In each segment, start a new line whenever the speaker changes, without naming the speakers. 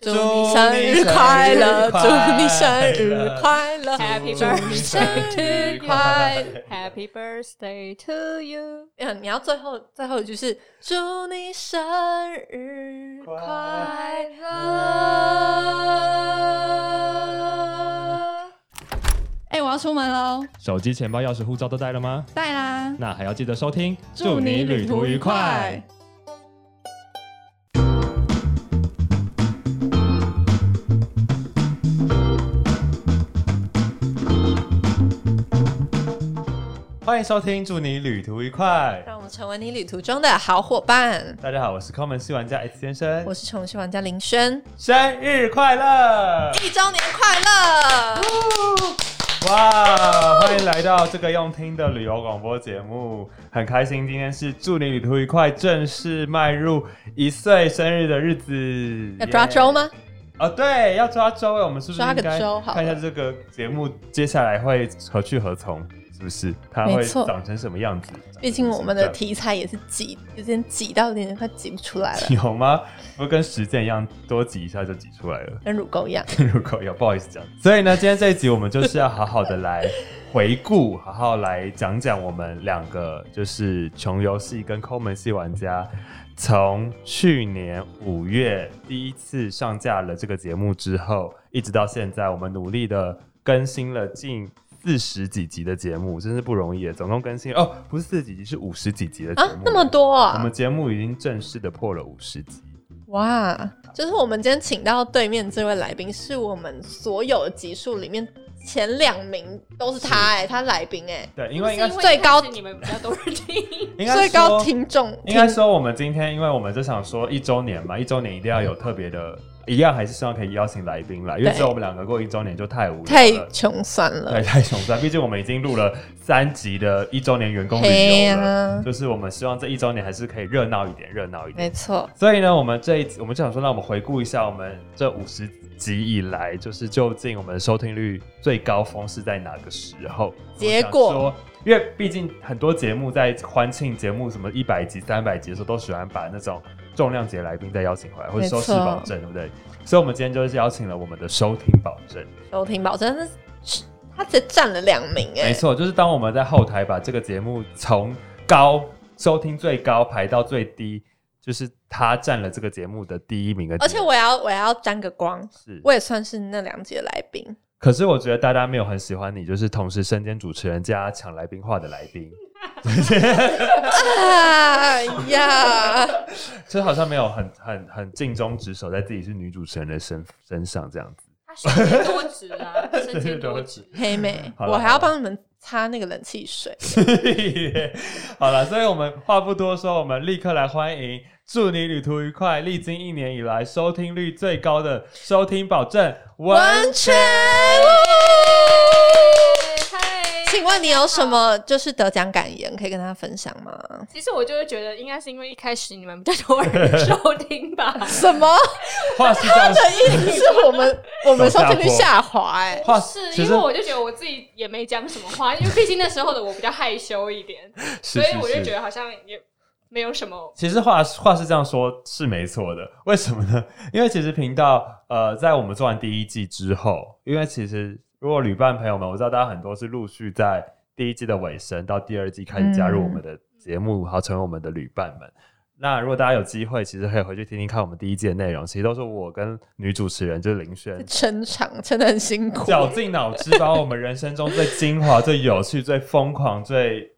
祝你生日快乐，祝你生日快乐
Happy
祝你生日快乐。
Happy birthday to you！
嗯，你要最后最后一句是祝你生日快乐。
哎、我要出门喽，
手机、钱包、钥匙、护照都带了吗？
带啦！
那还要记得收听，
祝你旅途愉快。
欢迎收听，祝你旅途愉快。
让我们成为你旅途中的好伙伴。
大家好，我是 Common 系玩家 X 先生
我，是宠物系玩家林轩，
生日快乐！
一周年快乐！
哇，欢迎来到这个用听的旅游广播节目，很开心，今天是祝你旅途愉快，正式迈入一岁生日的日子，
要抓周
吗？
吗？
哦，对，要抓周哎，我们是不是
抓
应
个
该
周好了
看一下这个节目接下来会何去何从，是不是？它
没
会
错
长成什么样子？
毕竟我们的
长成什么
题材也是挤，有点挤到有点快挤不出来了，
样子有吗？不跟实践一样，多挤一下就挤出来了。
跟乳沟一 样。
如果有，不好意思讲。所以呢，今天这一集我们就是要好好的来回顾，好好来讲讲我们两个就是穷游戏跟抠门系玩家，从去年五月第一次上架了这个节目之后，一直到现在，我们努力的更新了近。四十几集的节目真是不容易耶，总共更新哦，不是四十几集，是五十几集的节
啊
目。，
那么多、
我
啊
们！节目已经正式的破了五十集。
哇，就是我们今天请到对面这位来宾，是我们所有集数里面前两名都是他哎、他来宾哎、
对，因为应该
是
是
因
最高
一开始你们比较多 人听，
应该
最高
说
听众
应该
听
说，我们今天因为我们就想说一周年嘛，一周年一定要有特别的，一样还是希望可以邀请来宾来，因为
对
只有我们两个过一周年就太无聊
太
了。
穷酸
对，
了，
太穷酸。毕竟我们已经录了三集的一周年员工旅
嘿
游
呀、
了，就是我们希望这一周年还是可以热闹一点，热闹一点。
没错，
所以呢，我们这一集我们就想说，让我们回顾一下我们这五十集以来，就是究竟我们的收听率最高峰是在哪个时候？
结果
我想说，因为毕竟很多节目在欢庆节目什么一百集、三百集的时候，都喜欢把那种重量级的来宾再邀请回来，或者
没错
收视保证，对不对？所以我们今天就是邀请了我们的收听保证。
收听保真的是他只占了两名哎、
没错，就是当我们在后台把这个节目从高收听最高排到最低，就是它占了这个节目的第一名的地
而
位。
且我也要我也要沾个光，
是
我也算是那两集的来宾，
可是我觉得大家没有很喜欢你，就是同时身兼主持人加抢来宾话的来 宾，
哎呀，
就是好像没有很很很尽忠职守在自己是女主持人的身身上这样子。
他身兼多职 啊，身兼多职。
黑妹，
好啦
我还要
好啦
帮你们擦那个冷气水。
好了，所以我们话不多说，我们立刻来欢迎祝你旅途愉快，历经一年以来收听率最高的收听保证文。
完全。
嗨，
请问你有什？么就是得奖感言可以跟大家分享吗？
其实我就会觉得，应该是因为一开始你们比较多人 收听吧。
什么？
话是这样
这，一定是我们 我们收听率下滑哎、
话
是
其
因
实
为我就觉得我自己也没讲什么话，因为毕竟那时候的我比较害羞一点，
是
所以我
是
就是觉得好像也没有什 么
其实话话是这样说，是没错的。为什么呢？ 因为其实频道呃，在我们做完第一季之后，因为其实如果旅伴朋友们，我知道大家很多是陆续在第一季的尾声到第二季开始加入我们的节目，然后成为我们的旅伴们。那如果大家有机会，其实可以回去听听看我们第一季的内容，其实都是我跟女主持人就是林轩
撑场撑的很辛苦，
绞尽脑汁，把我们人生中最精华、最有趣、最疯狂、最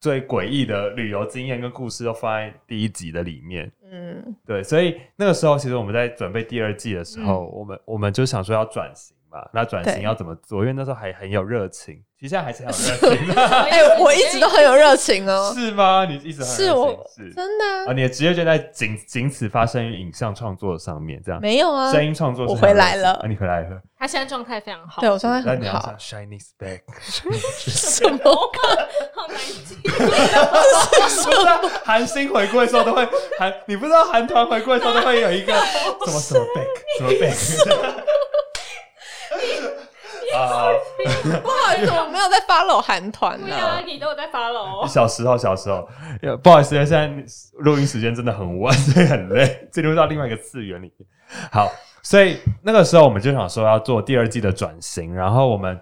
最诡异的旅游经验跟故事都放在第一集的里面。
嗯，
对，所以那个时候其实我们在准备第二季的时候，我们我们就想说要转型嘛，那转型
嗯对
要怎么做？因为那时候还很有热情，其实现在还是很有热情的，
哎、我一直都很有热情哦、
是吗？你一直很
是
有热
我
情是
真的啊、
啊，你的职业就在仅仅此发生于影像创作上面，这样
没有啊，
声音创作是
我
很有
回来
热情
了
啊，你回来了，
他现在状态非常好
对，我状态
那你
很
要
好
唱，Shining Back，
什么？
好难记。
不知道韩星回归的时候都会韩，你不知道韩团回归的时候都会有一个什么什么 Back 什么 Back。啊，
不好意思，我没有在 follow 韩团
对
呢、
啊，你都有在 follow，哦
小时候，小时候，呃不好意思，因 为现在录音时间真的很晚，所以很累，进入到另外一个次元里面。好，所以那个时候我们就想说要做第二季的转型，然后我们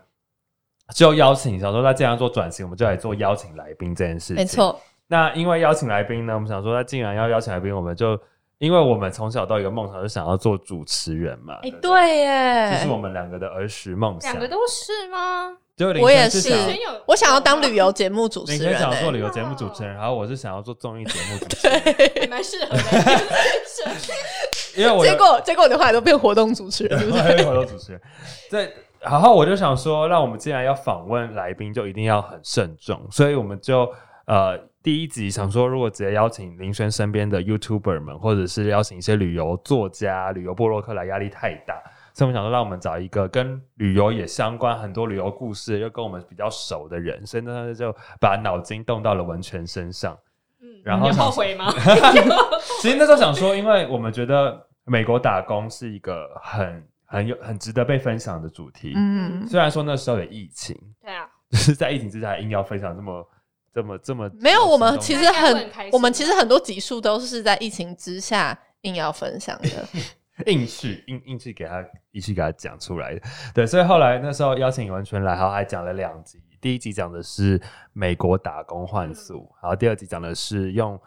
就邀请想说，那既然要做转型，我们就来做邀请来宾这件事情。
没。错，
那因为邀请来宾呢，我们想说，那既然要邀请来宾，我们就因为我们从小到有一个梦想，就想要做主持人嘛。
哎、
不
对
这是
耶，
我们两个的儿时梦想
两。个都是吗？
就林
我也是
晨想
先有
嗯我想要当 旅游节目主持
林
人、
晨想要做
哎，
旅游 节目主持人，然后我是想要做综艺节目主持人，
还蛮适合 的。
因为我的
结果结果你后来都变活动主持人，是不
我
是？
还有活动主持人。 对，然后我就想说，那我们既然要访问来宾，就一定要很慎重，所以我们就呃第一集想说，如果直接邀请林轩身边的 YouTuber 们，或者是邀请一些旅游作家、旅游部落客来，压力太大。所以我们想说，让我们找一个跟旅游也相关、很多旅游故事又跟我们比较熟的人，所以那时候就把脑筋动到了文泉身上。
嗯
然后
你
想
后悔吗？
其实那时候想说，因为我们觉得美国打工是一个很很有很值得被分享的主题，
嗯，
虽然说那时候有疫情，
对啊，
就是在疫情之下还硬要分享这么这么这么
没有，我们
这么
其
大
实
家会
很
很开，心
我们其实很多集数都是在疫情之下硬要分享 的。
硬去硬硬去给他硬去给他讲出来的。对，所以后来那时候邀请完全来，然后还讲了两集，第一集讲的是美国打工换
嗯
宿，然后第二集讲的是用。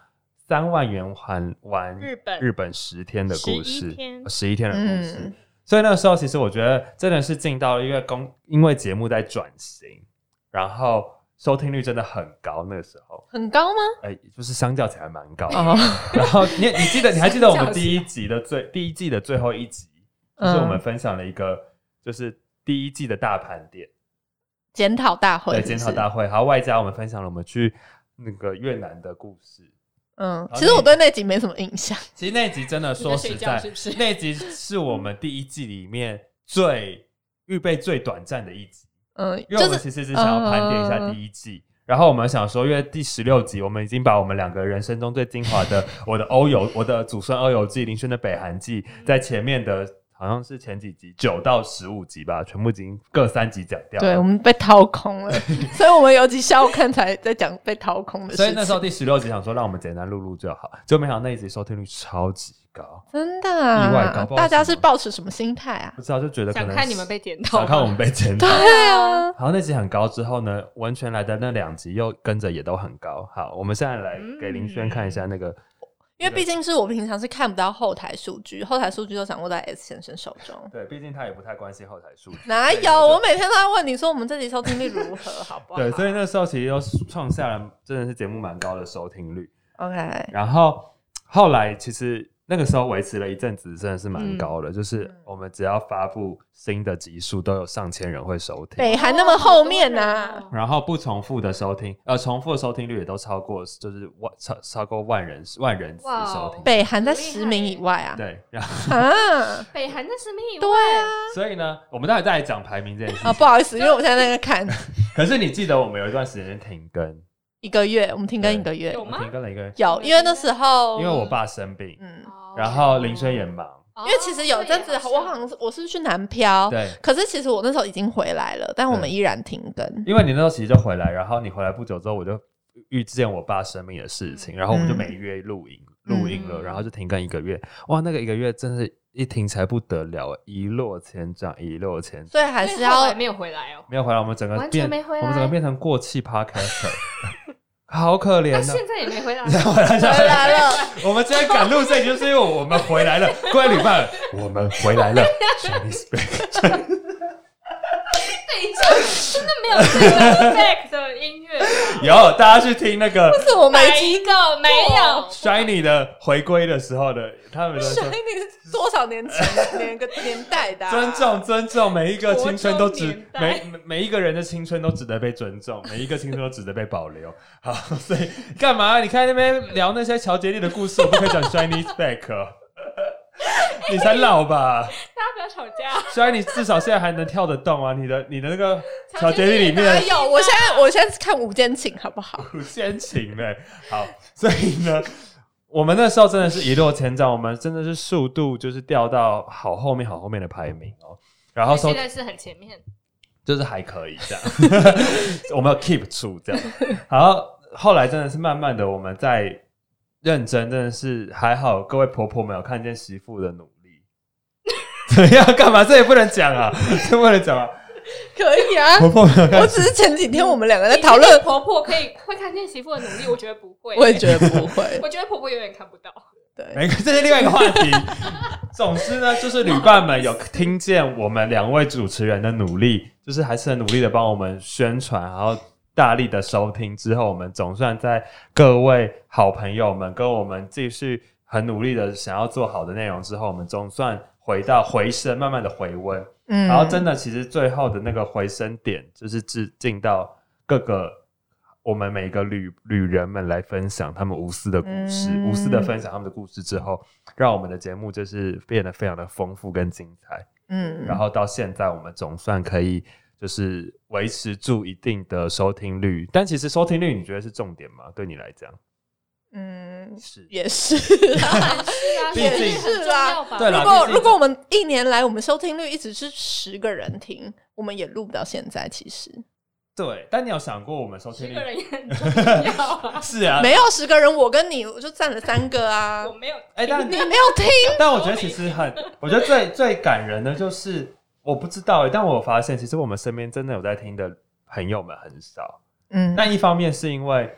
三万元还完
日本
日本十天的故
11
事
天，
十一天的故事，
嗯
所以那个时候，其实我觉得真的是进到了因为公，因为节目在转型，然后收听率真的很高。那个时候，
很高吗？
哎、就是相较起来蛮高的。
哦，
然后你你记得你还记得我们
相较
第
起来嗯
一集的最第一季的最后一集，就是我们分享了一个就是第一季的大盘点，
检讨大会
对
是不是，
检讨大会，然后外加我们分享了我们去那个越南的故事。
嗯，
好
其实我对那集没什么印象。
其实那集真的说
你在
实
睡
在，
觉是不是
那集是我们第一季里面最预备最短暂的一集。
嗯，
因为我
就
们
是
其实是想要盘点一下第一季，然后我们想说，因为第十六集我们已经把我们两个人生中最精华的 我的欧游、我的祖孙欧游记、林轩的北韩记，在前面的好像是前几集九到十五集吧，全部已经各三集讲掉了。
对我们被掏空 了，所以我们有集消看才在讲被掏空的事情。
所以那时候第十六集想说，让我们简单录录就好，就没想到那一集收听率超级高，
真的、啊，
意外搞不好
大家
是
是
吗
抱持什么心态啊？
不知道就觉得可
想
能
看你们被点到，
想看我们被检 讨。
对啊，
然后那集很高之后呢，完全来的那两集又跟着也都很高。好，我们现在来给林轩看一下那个。
因为毕竟是我平常是看不到后台数据，后台数据都掌握在 S 先生手中。
对，毕竟他也不太关心后台数 据。
哪
对
有？我每天都在问你说我们这集收听率如何，好不好？
对，所以那时候其实都创下了真的是节目蛮高的收听率。
OK，
然后后来其实那个时候维持了一阵子，真的是蛮
嗯
高的，就是我们只要发布新的集数，都有上千人会收听。
北韩那么后面呢、
哦
啊？
然后不重复的收听，呃，重复的收听率也都超过，就是万超超过万人万人次
哇哦
收听。
北韩在十名以外啊？
对，然后
啊，
北韩那是密
对啊。
所以呢，我们待会再来讲排名这件事
啊，
情。
不好意思，因为我现在在那看
可是你记得我们有一段时间停更，
一个月，我们停更一个月
有
我
吗
们停更了一个月，
有，因为那时候
因为我，爸生病，
嗯，
然后林轩也忙，
哦，
因为其实有阵子我好像是我是去南漂，
对，
可是其实我那时候已经回来了，但我们
对
依然停更。
因为你那时候其实就回来，然后你回来不久之后，我就遇见我爸生病的事情，
嗯
然后我们就每月录影，
嗯
录、影了，然后就停更一个月。哇，那个一个月真是一停才不得了，一落千丈，一落千丈。
所以还
还
是要
没有回来哦。
没有回来，我们整个
完
变，
全没回来
我们整个变成过气 podcaster，好可怜呐、，
他啊现在也没回来
回来
回
了，
来了。
我们今天赶录这集，就是因为我们回来了，各位旅伴，我们回来 了 Chinese Speak
等一下，真的没有 这个 back 的音乐，
有大家去听那个
是我们
哪一个没有？
Shiny 的回归的时候的，他 们都说
所以你是多少年前年个年代的啊？
尊重，尊重，每一个青春都
国
值
中年
每
代
每每一个人的青春都值得被尊重， 每一个青春都值得被保留。 好，所以干嘛？你看那边聊那些乔杰利的故事，我不可以讲 Shiny Back，、哦、 你才老吧
大家不要吵架。
？Shiny 至少现在还能跳得动啊！你的你的那个乔杰利里面
哪
的
有？哎我现在我现在是看《午间情》，好不好？
五千情呢？好，所以呢。我们那时候真的是一落千丈，我们真的是速度就是掉到好后面、好后面的排名哦。然后收
现在是很前面，
就是还可以这样， 我们要 keep 住这样。然后后来真的是慢慢的，我们在认真，真的是还好，各位婆婆们有看见媳妇的努力，怎么样？干嘛？这也不能讲啊，这不能讲啊。
可以啊。
婆婆没有看
我只是前几天我们两个在
你
讨
觉得
论，
婆婆可以会看见媳妇的努力，我觉得不会、
我也觉得不会。
我觉得婆婆永远看不到。
对，
没关系，哎这是另外一个话题。总之呢，就是旅伴们有听见我们两位主持人的努力，就是还是很努力的帮我们宣传，然后大力的收听之后，我们总算在各位好朋友们跟我们继续很努力的想要做好的内容之后，我们总算回到回升，慢慢的回温。
嗯
然后真的，其实最后的那个回升点，就是至进到各个我们每个旅旅人们来分享他们无私的故事，
嗯
无私的分享他们的故事之后，让我们的节目就是变得非常的丰富跟精彩。
嗯，
然后到现在，我们总算可以就是维持住一定的收听率。但其实收听率，你觉得是重点吗？对你来讲
嗯
是。
也 是啦。
是啊，
毕
也
竟
是很重要吧？
对啦
如果
毕竟
如果我们一年来我们收听率一直是十个人听，我们也录不到现在。其实
对，但你有想过我们收听
十
率。
个人也很重要啊
是啊？
没有十个人，我跟你我就占了三个啊
我。没有，
哎、但
你没有听，
但我觉得其实很，我觉得最最感人的就是，我不知道哎、但我有发现，其实我们身边真的有在听的朋友们很少。
嗯，
那一方面是因为，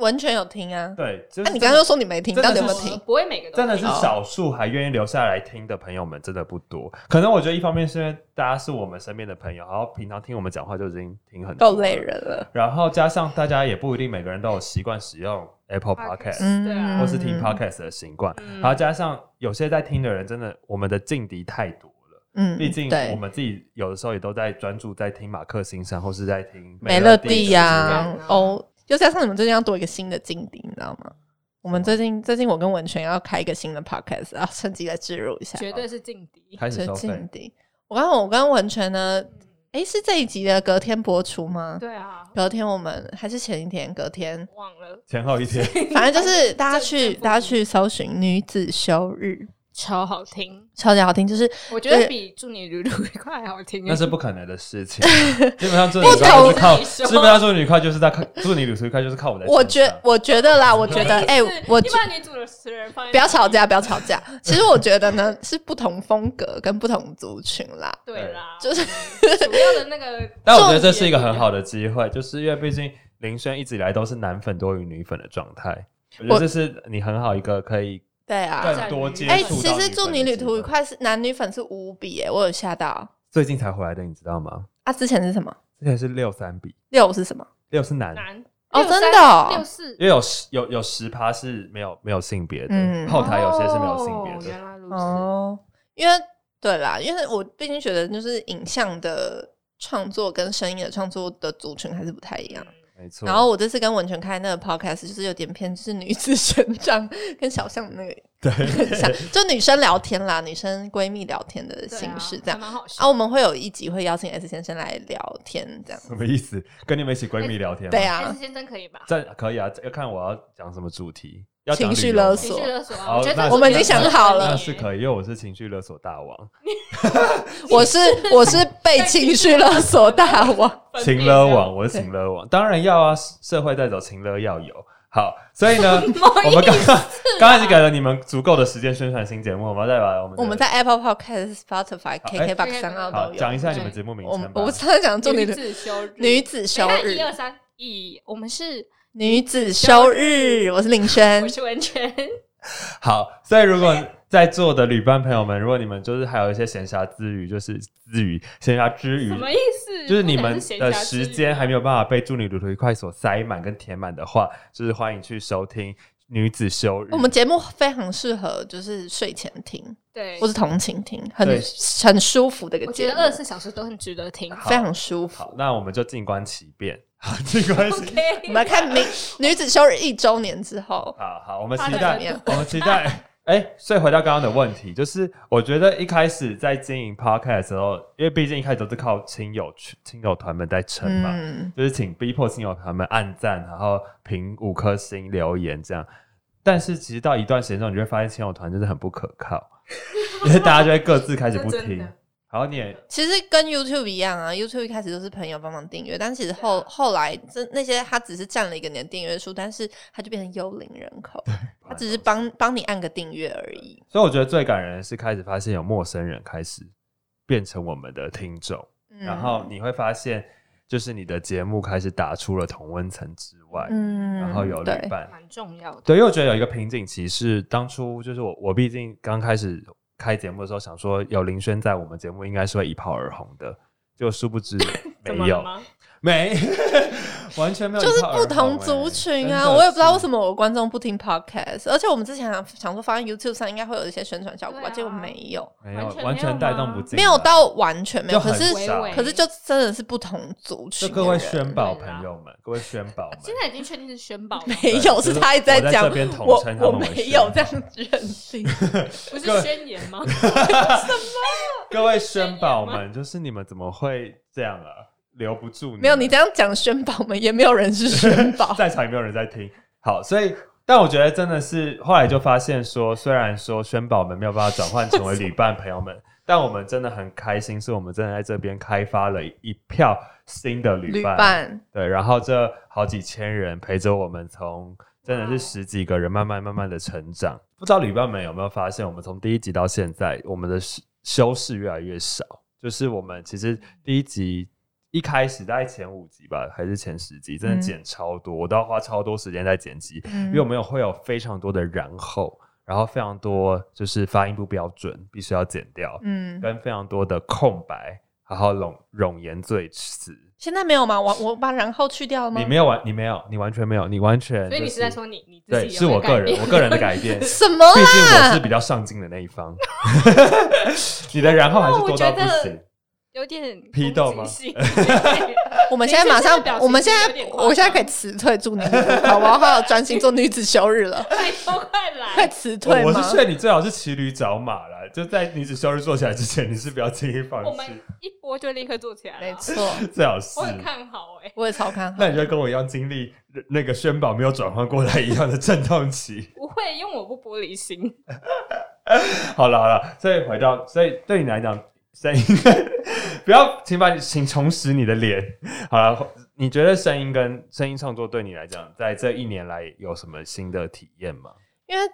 完全有听啊。
对，就是
那你刚刚又说你哦没听，
真
到
的
底有没有
是
听？
呃不会每个都
真的
听
是少数还愿意留下来听的朋友们真的不多。可能我觉得一方面是因为大家是我们身边的朋友，然后平常听我们讲话就已经听很多
够累。人了。
然后加上大家也不一定每个人都有习惯使用 Apple Podcast，
Podcast
嗯，
对啊
或是听 podcast 的习惯，
嗯
然后加上有些在听的人，真的我们的劲敌太多了。
嗯
毕竟
对
我们自己有的时候也都在专注在听马克先生，或是在听
美乐
蒂
蒂
的
呀、
是
啊
这样，
哦，又加上你们最近要多一个新的劲敌，你知道吗？我们最近最近我跟文泉要开一个新的 podcast，啊，趁机来植入一下。
绝对是劲敌。
开始
就
收费
劲，敌，我刚刚我跟文泉呢，
嗯
诶，是这一集的隔天播出吗？
对啊，
隔天我们还是前一天，隔 天，
忘了，
前后 一天
反正就是大家去
正
大家去搜寻女子休日，
超好听，
超级好听，就是
我觉得
对
比祝你如如愉快还好听。
那是不可能的 事情。基本上祝你愉快就是靠，
不同
基本上祝你愉快就是在看，祝你旅途愉快就是靠我的。
我觉我觉得啦，我觉 得诶，
是
我
欸一般女主的死人放在
不要吵架，不要吵架。其实我觉得呢，是不同风格跟不同族群啦。
对啦，嗯
就是
主要的那个。
但我觉得这是一个很好的机会，就是因为毕竟林轩一直以来都是男粉多于女粉的状态，我觉得
我
这是你很好一个可以
对啊，
更多接触到
哎、
女粉
其
的
实祝你旅途愉
机会。
快是男女粉是无比哎、我有吓到
最近才回来的，你知道吗？
啊。之前是什么？
之前是六三比，
六是什么？
六是男，
难
哦真的哦
六四
因为有十有有十趴是没有没有性别的，
嗯
后台有些是没有性别
哦
的。
原来如此，
哦，因为对啦，因为我毕竟觉得就是影像的创作跟声音的创作的族群还是不太一
嗯
样。
没错。
然后我这次跟文泉开那个 podcast，就是有点偏是女子成长跟小象的那个 很像，就女生聊天啦，女生闺蜜聊天的
对啊
形式这样
还。蛮好
啊，
笑。
我们会有一集会邀请 S 先生来聊天，这样
什么意思？跟你们一起闺蜜聊天？
对，
S
啊，
先生可 以吧？
这可以啊，要看我要讲什么主题，要讲
情绪
旅游吗
勒
情
索
绪勒索啊，
好
我觉得
那
这
我们已经想好了
那是可以，因为我是情绪勒索大王，
我 是我是被情绪勒索大王，
情勒。 王，我是情勒王，当然要啊，社会带走情勒要有。好，所 以呢，
啊
我们刚刚刚开始给了你们足够的时间宣传新节目，我们要再把我们的
我们在 Apple Podcast、Spotify、
哎
KKBox 上澳
好
都有。
讲一下你们节目名
我
称
们
吧
我。常常讲重
女
点是
子休日，
女子休
哎那
日
一、二三，一，我们是，
女子休日，我是林轩
我，是文泉，
好，所以如果在座的旅伴朋友们，如果你们就是还有一些闲暇之余，就是之余闲暇之余
什，么意思？
就是你们
不能
的
闲暇之
时
余
间还没有办法被《祝你旅途愉快》所塞满跟填满的话，就是欢迎去收听《女子休日》。
我们节目非常适合就是睡前听
对，
或是同情听，很
对
很舒服的一个
我觉
节
得
目
二，十四小时都很值得听。
好
非常舒服。
好，那我们就静观其变， 好，静观 其变。
我们来看明女子休日一周年之后，
好好，我们
发
期
展
待
怎么样，
我们期待。 哎、所以回到刚刚的问题，就是我觉得一开始在经营 podcast 的时候，因为毕竟一开始都是靠亲友群亲友团们在撑嘛，
嗯，
就是请逼迫亲友团们按赞，然后评五颗星留言这样。但是其实 到一段时间之后，你就会发现亲友团真的很不可靠，因为大家就会各自开始不
这真
听
的。
然后你也
其实跟 YouTube 一样啊，YouTube 一开始都是朋友帮忙订阅，但其实
啊
后后来这那些他只是占了一个你的订阅数，但是他就变成幽灵人口，他只是帮帮你按个订阅而已。
所以我觉得最感人的是开始发现有陌生人开始变成我们的听众，
嗯
然后你会发现，就是你的节目开始打出了同温层之外，
嗯，
然后有旅
对，
伴。
蛮重要的。
对，因为我觉得有一个瓶颈期是当初就是我，我毕竟刚开始开节目的时候想说有林轩在我们节目应该是会一炮而红的，就殊不知
怎
没
么了
有，
吗？
没 完全没有一
就是
炮而
不同
红
族
欸
群
真
啊，
的
我也不知道
是
为什么我观众不听 podcast，而且我们之前想想说放在 YouTube 上应该会有一些宣传效果吧，
对啊
结果没有，
没有
完全没有
完全带动不
吗
进
没
来，
有到完全没有，
就
可
很
是
微
少
微
可是就真的是不同族群的人，
就各位宣宝
对啦
朋友们，各位宣 宝们，
现在已经确定是宣宝了，
没
对就
有，
是
是他一直
我在
讲
这边统
我
称他
我
们为
没
宣
有这样认定，
不
各位
是宣言吗？
各位宣宝们，就是你们怎么会这样啊？留不住你们
没有你这样讲宣宝们也没有人是 宣宝，
在场也没有人在听。好，所以但我觉得真的是后来就发现说，虽然说宣宝们没有办法转换成 为旅伴朋友们，但我们真的很开心，是我们真的在这边开发了一票新的
旅
旅伴。
伴，
对，然后这好几千人陪着我们从。
哦
真的是十几个人慢慢慢慢的成长，不知道旅伴们有没有发现，我们从第一集到现在，我们的修修饰越来越少。就是我们其实第一集一开始大概前五集吧，还是前十集，真的
嗯
剪超多，我都要花超多时间在剪辑，
嗯
因为我们有会有非常多的然后，然后非常多就是发音不标准，必须要剪掉，
嗯，
跟非常多的空白，然后冗冗言赘词，
现在没有吗？我我把然后去掉了吗？
你没有完，你没有，你完 全没有，你完全、
所以你是在说你你自
对，
己
是
有
我
没有
个
改
人，
变
我个人的改变。毕
什么啦？
竟我是比较上进的那一方， 你的然后还是多到不
哦我觉
行
得。 有点
批斗吗
攻击性对
我们现在马
你现在
上
的表，情
我们现
有点
在
夸张
我现在可以辞退，祝你好，我要好好专心做女子休日了，
拜托快
可以
来！
辞退
我我
吗
是？劝你最好是骑驴找马啦，就在你只休日做起来之前，你是不要轻易放
我
弃
们，一波就立刻做起来
没
了，
错，
最好是
我。很看好哎、
我也超看好。
那你就跟我一样经历那个宣宝没有转换过来一样的阵痛期。
不会，因为我不玻璃心，
好了好了，所以回到，所以对你来讲，声音不要，请把请重拾你的脸。好了，你觉得声音跟声音创作对你来讲，在这一年来有什么新的体验吗？
因为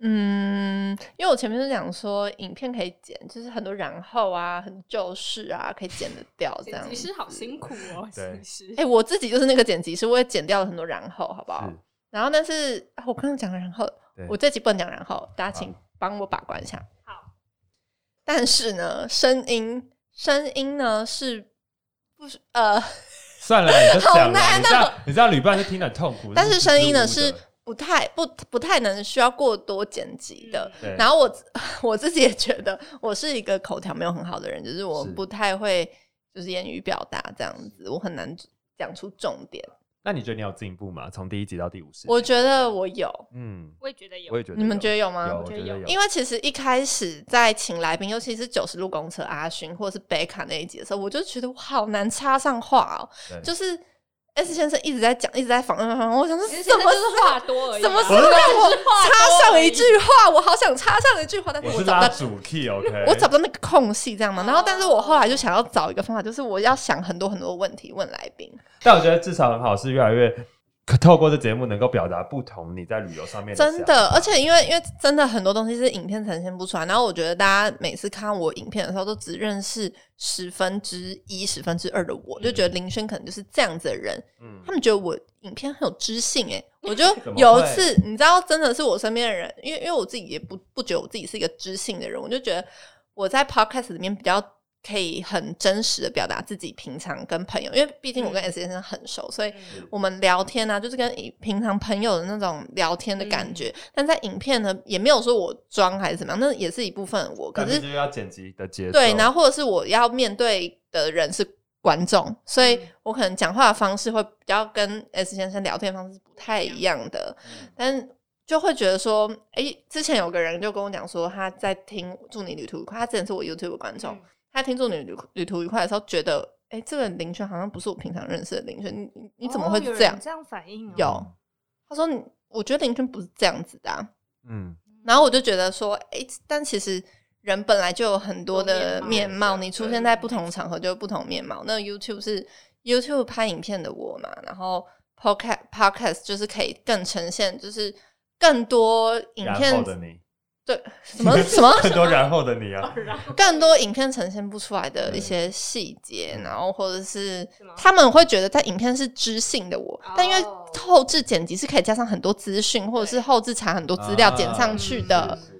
嗯，因为我前面是讲说影片可以剪，就是很多然后啊，很旧事啊，可以剪得掉这样
剪辑
子。
师好辛苦哦，
对
剪辑师
哎、。我自己就是那个剪辑师，我也剪掉了很多然后，好不好
是？
然后，但是啊我刚刚讲了然后
对，
我这集不能讲然后，大家请
好
帮我把关一下。
好，
但是呢，声音声音呢是不是呃，
算了，你就讲
好
了，
难哦
你这样你这样旅伴是听得很痛苦。
但是声音呢是
支吾的
不太不不太能需要过多剪辑的。
嗯
对，
然后我自 我自己也觉得，我是一个口条没有很好的人，就是我
是
不太会就是言语表达这样子，我很难讲出重点。
那你觉得你有进步吗？从第一集到第五十，
我觉得我有，
嗯，
我也觉得有
我也觉得有，
你们觉得有吗？
有？我
我觉
觉
得
得
有
有，
因为其实一开始在请来宾，尤其是九十路公车阿勋或者是北卡那一集的时候，我就觉得我好难插上话哦，
对
就是 S 先生一直在讲，一直在访问访问，我想说
其实
什么
现在就是话多而已
什
啊，
么时
不
候
是
让 我
多
插上
而已
一句话？我好想插上一句话，但是
我
我
是
找不
拉
到
主 key，OK，
我找不到那个空隙，这样嘛。然后
哦，
但是我后来就想要找一个方法，就是我要想很多很多问题问来宾。
但我觉得至少很好，是越来越可透过这节目能够表达不同你在旅游上面
真
想
的，
法
而且因为因为真的很多东西是影片呈现不出来。然后我觉得大家每次看我影片的时候，都只认识十分之一、十分之二的我，就觉得林轩可能就是这样子的人。
嗯
他们觉得我影片很有知性 哎、我就
怎么会
有一次，你知道，真的是我身边的人，因为因为我自己也不不觉得我自己是一个知性的人，我就觉得我在 podcast 里面比较可以很真实的表达自己平常跟朋友，因为毕竟我
嗯
跟 S 先生很熟，所以
嗯
我们聊天啊，就是跟以平常朋友的那种聊天的感觉。
嗯
但在影片呢，也没有说我装还是怎么样，那也是一部分我。可
但是
是
就是要剪辑的节奏，
对，然后或者是我要面对的人是观众，所以
嗯
我可能讲话的方式会比较跟 S 先生聊天的方式不太一样的，
嗯
但就会觉得说，诶，之前有个人就跟我讲说他在听《祝你旅途愉快》，他之前是我 YouTube 的观众，
嗯
他听《祝你旅旅途愉快》的时候觉得，诶，这个林轩好像不是我平常认识的林轩，你你你怎么会
哦有人
这样？
这样反应哦？
有他说你，我觉得林轩不是这样子的、啊，
嗯，
然后我就觉得说，诶，但其实人本来就有很多的
有
面
面
貌，
貌
你出现在不同场合就有不同面貌。那 YouTube 是 YouTube 拍影片的我嘛，然后 Podcast Podcast 就是可以更呈现，就是更多影
然后
片
的你，
对 什么什么
更多然后的 你啊，
然后
更多影片呈现不出来的一些细节，
嗯
然后或者是
是吗
他们会觉得在影片是知性的我
哦，
但因为后置剪辑是可以加上很多资讯，或者是后置查很多资料
啊
剪上去的。
是是是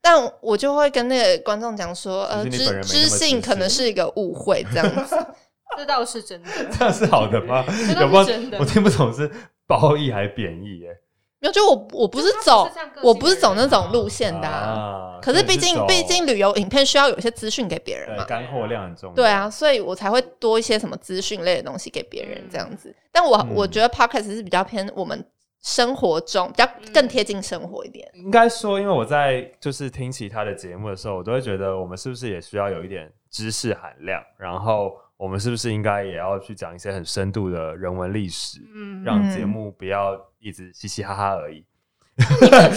但我就会跟那个观众讲说，呃，
其实你本
知
人没那么
知
知
性
性
可能是一个误会，这样 子。
这倒是真的。
这样是好的吗？
倒是
有没有
真的
我听不懂是褒义还是贬义？哎，
没有，就我我 不是
就他
走
不是这样个性的人啊
我不是走那种路线的啊、
啊
可是毕竟
所以
毕
走
竟旅游影片需要有一些资讯给别人嘛
对，干货量很重要，
对啊，所以我才会多一些什么资讯类的东西给别人
嗯
这样子。但我、
嗯
我觉得 podcast 是比较偏我们生活中比较
嗯
更贴近生活一点。
应该说，因为我在就是听其他的节目的时候，我都会觉得我们是不是也需要有一点知识含量，然后我们是不是应该也要去讲一些很深度的人文历史，
嗯，
让节目不要一直嘻嘻哈哈而已。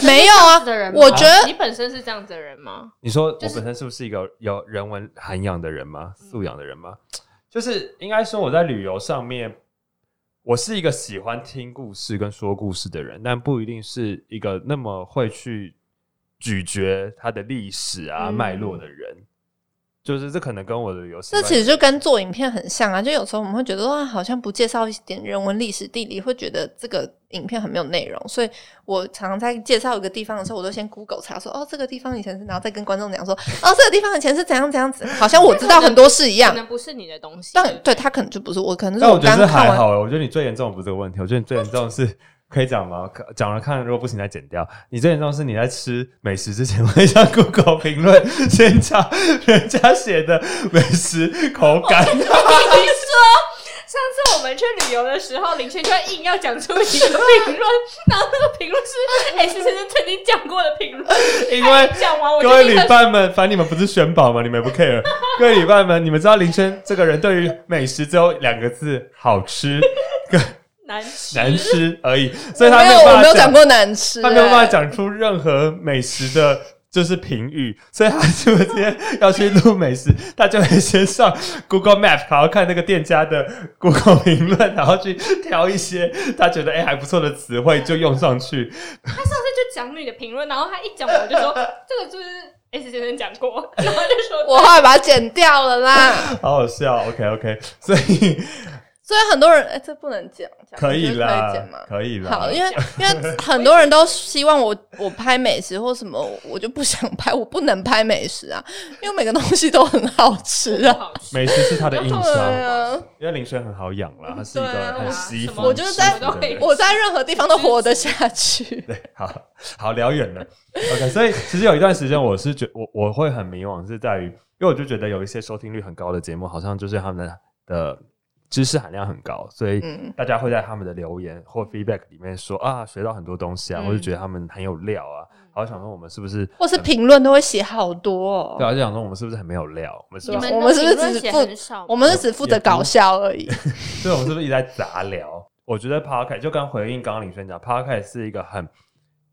没有啊，
的人吗，
我觉得
你本身是这样子的人吗？
你说我
就是
本身是不是一个有人文涵养的人吗？
嗯
素养的人吗？就是应该说我在旅游上面，我是一个喜欢听故事跟说故事的人，但不一定是一个那么会去咀嚼它的历史啊
嗯
脉、络的人。就是这可能跟我的旅游习
这
惯
其实就跟做影片很像啊，就有时候我们会觉得哇，好像不介绍一点人文、历史、地理，会觉得这个影片很没有内容。所以我常常在介绍一个地方的时候，我都先 Google 查说，哦，这个地方以前是，然后再跟观众讲说，哦，这个地方以前是怎样怎样子，好像我知道很多事一
可
样。
能不是你的东西。
但对他可能就不是我，可能是
但我觉
刚
得这
看
还
完
好欸，我觉得你最严重的不是这个问题，我觉得你最严重 的是可以讲吗？可讲了看，如果不行再剪掉。你最严重的是你在吃美食之前会上 Google 评论，先查人家写的美食口感。 啊
你说，上次我们去旅游的时候，林轩轩硬要讲出一个评论，然后那个评论是 S 先生曾经讲过的评论，
因为
他一讲完我
各
就
位
立
旅
刻
伴们，反正你们不是选宝吗？你们也不 care。各位旅伴们，你们知道林轩这个人对于美食只有两个字：好吃、
难吃
难吃而已，所以他
没
有
有，我
办
没
法
有
讲
讲过难吃、
他没有办法
欸
讲出任何美食的，就是评语，所以他就今天要去录美食，他就会先上 Google Map，然后看那个店家的 Google 评论，然后去挑一些他觉得哎、还不错的词汇就用上去。
他上次就讲你的评论，然后他一讲完我就说这个就是 S 先生讲 过，然后就说
我后来把它剪掉了啦。
好好笑，OK OK，所以
所以很多人，哎、这不能讲，讲
可以啦
可以剪吗，？
可以啦。
好，因为因为很多人都希望我我拍美食或什么，我就不想拍，我不能拍美食啊，因为每个东西都很好吃
不
啊。
好吃。
美食是他的硬
对
伤，
啊，
因为林轩很好养啦，他是一
对
个
啊
很吸
什
风
么
的人。
我就是在
什么都会
我在任何地方都活得下去。
对，好好聊远了。OK，所以其实有一段时间，我是觉我我会很迷惘，是在于，因为我就觉得有一些收听率很高的节目，好像就是他们的的知识含量很高，所以
嗯
大家会在他们的留言或 feedback 里面说啊，学到很多东西啊，
嗯
或者觉得他们很有料啊，然后想说我们是不是，
或是评论都会写好多、哦，
对啊，就想说我们是不是很没有料，我们是
你
不是，
们我是不是只是不
少
我们是只负责搞笑而已。
对，我们是不是一直在杂聊？我觉得 podcast 就刚回应刚刚李轩讲，podcast 是一个很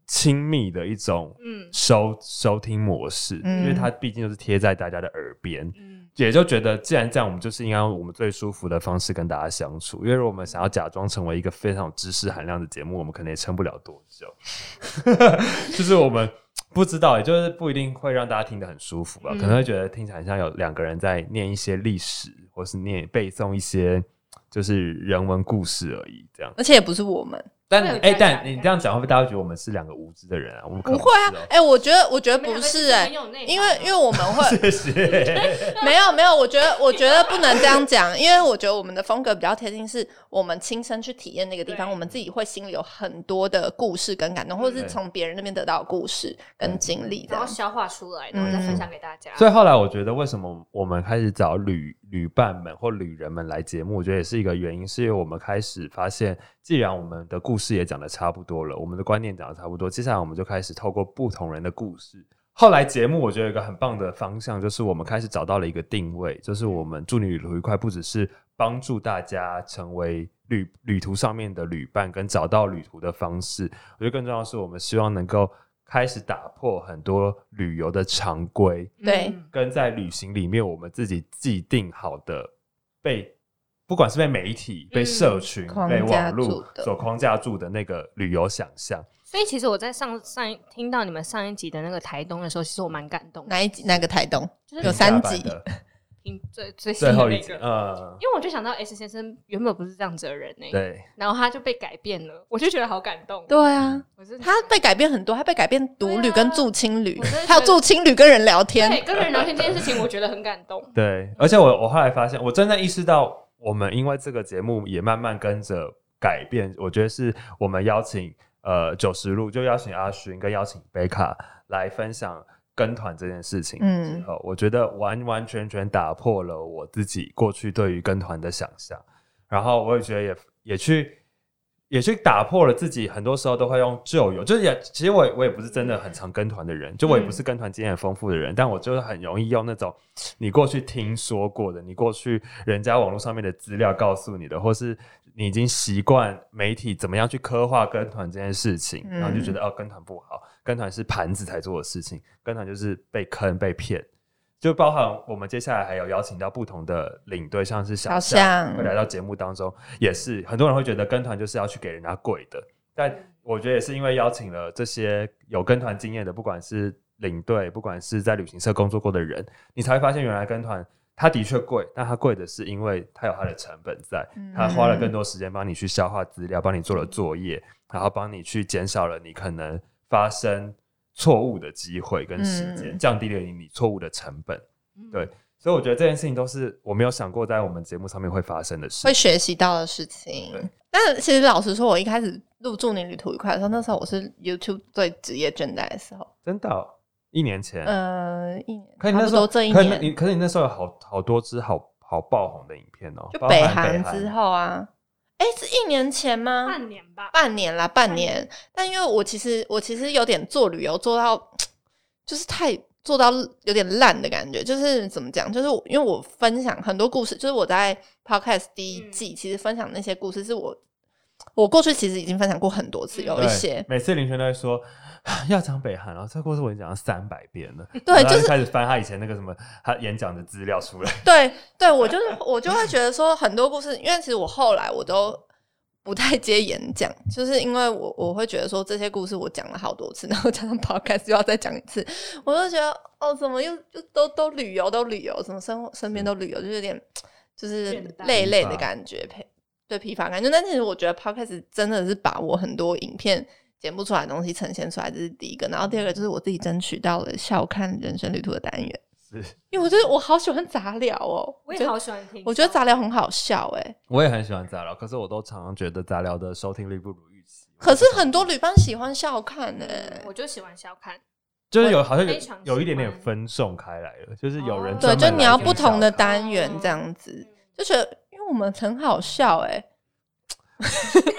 亲密的一种
嗯
收收听模式，
嗯
因为它毕竟就是贴在大家的耳边，
嗯
也就觉得既然这样，我们就是应该用我们最舒服的方式跟大家相处。因为如果我们想要假装成为一个非常有知识含量的节目，我们可能也撑不了多久。就是我们不知道，也就是不一定会让大家听得很舒服吧，
嗯
可能会觉得听起来像有两个人在念一些历史，或是念背诵一些就是人文故事而已，这样。
而且也不是我们，
但
会有
哎、
加
但
强
你这样讲，会不会大家觉得我们是两个无知的人啊？我们可
不
能
会啊
是哦。
哎、我觉得，我觉得
我
不
们两个
是
是
哎、
很有内涵的啊
因为因为我们会，
谢谢。
没有没有，我觉得我觉得不能这样讲，因为我觉得我们的风格比较贴近，是我们亲身去体验那个地方，
对
我们自己会心里有很多的故事跟感动，或者是从别人那边得到的故事跟经历这
然后
样。
消化出来，然后再分享给大家。
所以后来我觉得，为什么我们开始找旅旅伴们或旅人们来节目，我觉得也是一个原因，是因为我们开始发现，既然我们的故事也讲的差不多了，我们的观念讲的差不多，接下来我们就开始透过不同人的故事。后来节目我觉得有一个很棒的方向，就是我们开始找到了一个定位，就是我们祝你旅途愉快，不只是帮助大家成为旅旅途上面的旅伴，跟找到旅途的方式，我觉得更重要的是，我们希望能够开始打破很多旅游的常规，
对
嗯
跟在旅行里面我们自己既定好的被，不管是被媒体、被社群、
嗯框
被
架
网
住
络
的
所框架住的那个旅游想象。
所以其实我在上上一听到你们上一集的那个台东的时候，其实我蛮感动的，
哪一集？哪个台东？
就是
有三
平价版
集
的
听最最新
最
的
后
那
一集，
个。
呃，
因为我就想到 S 先生原本不是这样子的人呢、欸
对，
然后他就被改变了，我就觉得好感动。
对啊，
我是
他被改变很多，他被改变独旅
对啊
跟住青旅
我真的，
还有
觉得
住青旅跟人聊天。
对跟人聊天这件事情，我觉得很感动。
对，而且我我后来发现，我真的意识到，我们因为这个节目也慢慢跟着改变。我觉得是我们邀请呃九十路，就邀请阿勋跟邀请贝卡来分享跟团这件事情。
嗯，
呃，我觉得完完全全打破了我自己过去对于跟团的想象，然后我也觉得也也去也去打破了自己很多时候都会用旧有，就是也其实我也我也不是真的很常跟团的人，就我也不是跟团经验很丰富的人，但我就是很容易用那种你过去听说过的，你过去人家网络上面的资料告诉你的，或是你已经习惯媒体怎么样去刻画跟团这件事情，
嗯
然后就觉得哦跟团不好，跟团是盘子才做的事情，跟团就是被坑被骗。就包含我们接下来还有邀请到不同的领队，像是小
小
象
象
会来到节目当中，也是很多人会觉得跟团就是要去给人家跪的，但我觉得也是因为邀请了这些有跟团经验的，不管是领队，不管是在旅行社工作过的人，你才会发现原来跟团它的确贵，但它贵的是因为它有它的成本在，
嗯
它花了更多时间帮你去消化资料，帮你做了作业，然后帮你去减少了你可能发生错误的机会跟时间，
嗯
降低了你你错误的成本。
嗯
对所以我觉得这件事情都是我没有想过在我们节目上面会发生的事
会。学习到的事情
对。
但其实老实说，我一开始入住你旅途愉快的时候，那时候我是 YouTube 最职业倦怠的时候，
真的哦、一年前，
呃，一年
可你
差
那
不
时候
多这一
可你你
年，
可是你那时候有好好多支好好爆红的影片哦，
就
包
北
含
韩之后啊，哎、是一年前吗？
半年吧，
嗯半年啦，半年。但因为我其实我其实有点做旅游做到，就是太做到有点烂的感觉。就是怎么讲？就是我因为我分享很多故事，就是我在 podcast 第
嗯
一季、其实分享那些故事是我我过去其实已经分享过很多次，
嗯
有
对
一些
每次林轩都会说啊要讲北韩，然后哦这个故事我已经讲了三百遍了，
对
然后他
就是
开始翻他以前那个什么他演讲的资料出来，
对对，我就是我就会觉得说很多故事，因为其实我后来我都。不太接演讲，就是因为我我会觉得说这些故事我讲了好多次， 然后加上 podcast 又要再讲一次，我就觉得哦，怎么又又都都旅游都旅游，什么身身边都旅游，就有点就是
嗯倦怠
累累的
疲乏
感觉，疲对疲乏感觉。但其实我觉得 podcast 真的是把我很多影片剪不出来的东西呈现出来，这是第一个。然后第二个就是我自己争取到了笑看人生旅途的单元，
是
因为我觉得我好喜欢杂聊哦，
我
觉
也
得
好喜欢听。
我觉得杂聊很好笑哎、
我也很喜欢杂聊，可是我都常常觉得杂聊的收听率不如预期。
可是很多旅伴喜欢笑看哎、
嗯，我就喜欢小看。
就是有好像有
非常喜欢
有一点点分众开来了，就是有人
哦
对，
专门
就
来
你要
听
不同的
小卡
单元这样子，就觉得因为我们很好笑哎、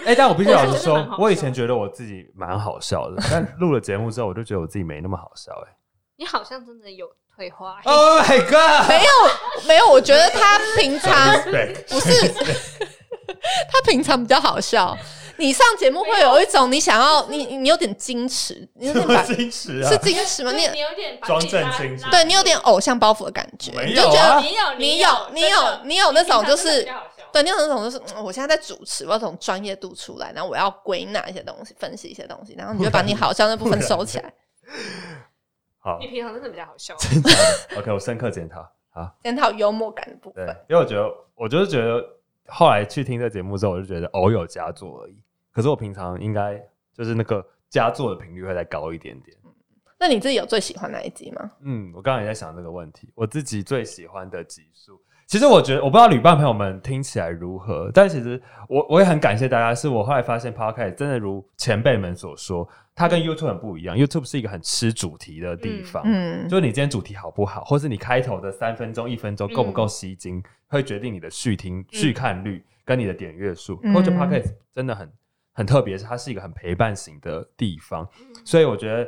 哎、但我必须
我
老
觉得
实
真
说
的蛮好，
我以
笑
前
的
觉得我自己蛮好笑的，但录了节目之后，我就觉得我自己没那么好笑、哎
你好像真的有退化、
哦
欸。
，Oh my god！
没有没有，我觉得他平 常
对，
不是他平常比较好笑。你上节目会有一种你想要你你有点矜持，你 有点把
是矜持啊
是，矜持吗？
就
你
是你有点把
装
自己拉
正经是
拉
对你有点偶像包袱的感觉，
没
你
有
就觉
啊
得
你有
你
有
有你有你有那种就是
真的比较好笑
对，你有那种就是、嗯我现在在主持，我要从专业度出来，然后我要归纳一些东西，分析一些东西，然后你就把你好笑那部分收起来，
好
你平常真的比较好 笑。
真的假的，OK，我深刻检讨。好，
检讨幽默感的部
对
分。，
因为我觉得，我就是觉得，后来去听这节目之后，我就觉得偶有佳作而已。可是我平常应该就是那个佳作的频率会再高一点点。
那你自己有最喜欢哪一集吗？
嗯，我刚刚也在想这个问题，我自己最喜欢的集数。其实我觉得，我不知道旅伴朋友们听起来如何，但其实我我也很感谢大家。是我后来发现 Podcast 真的如前辈们所说，它跟 YouTube 很不一样。YouTube 是一个很吃主题的地方，
嗯，
就你今天主题好不好，或是你开头的三分钟、一分钟够不够吸睛，
嗯
会决定你的续听、续看率跟你的点阅数。
嗯
或者 podcast 真的很很特别，是它是一个很陪伴型的地方，所以我觉得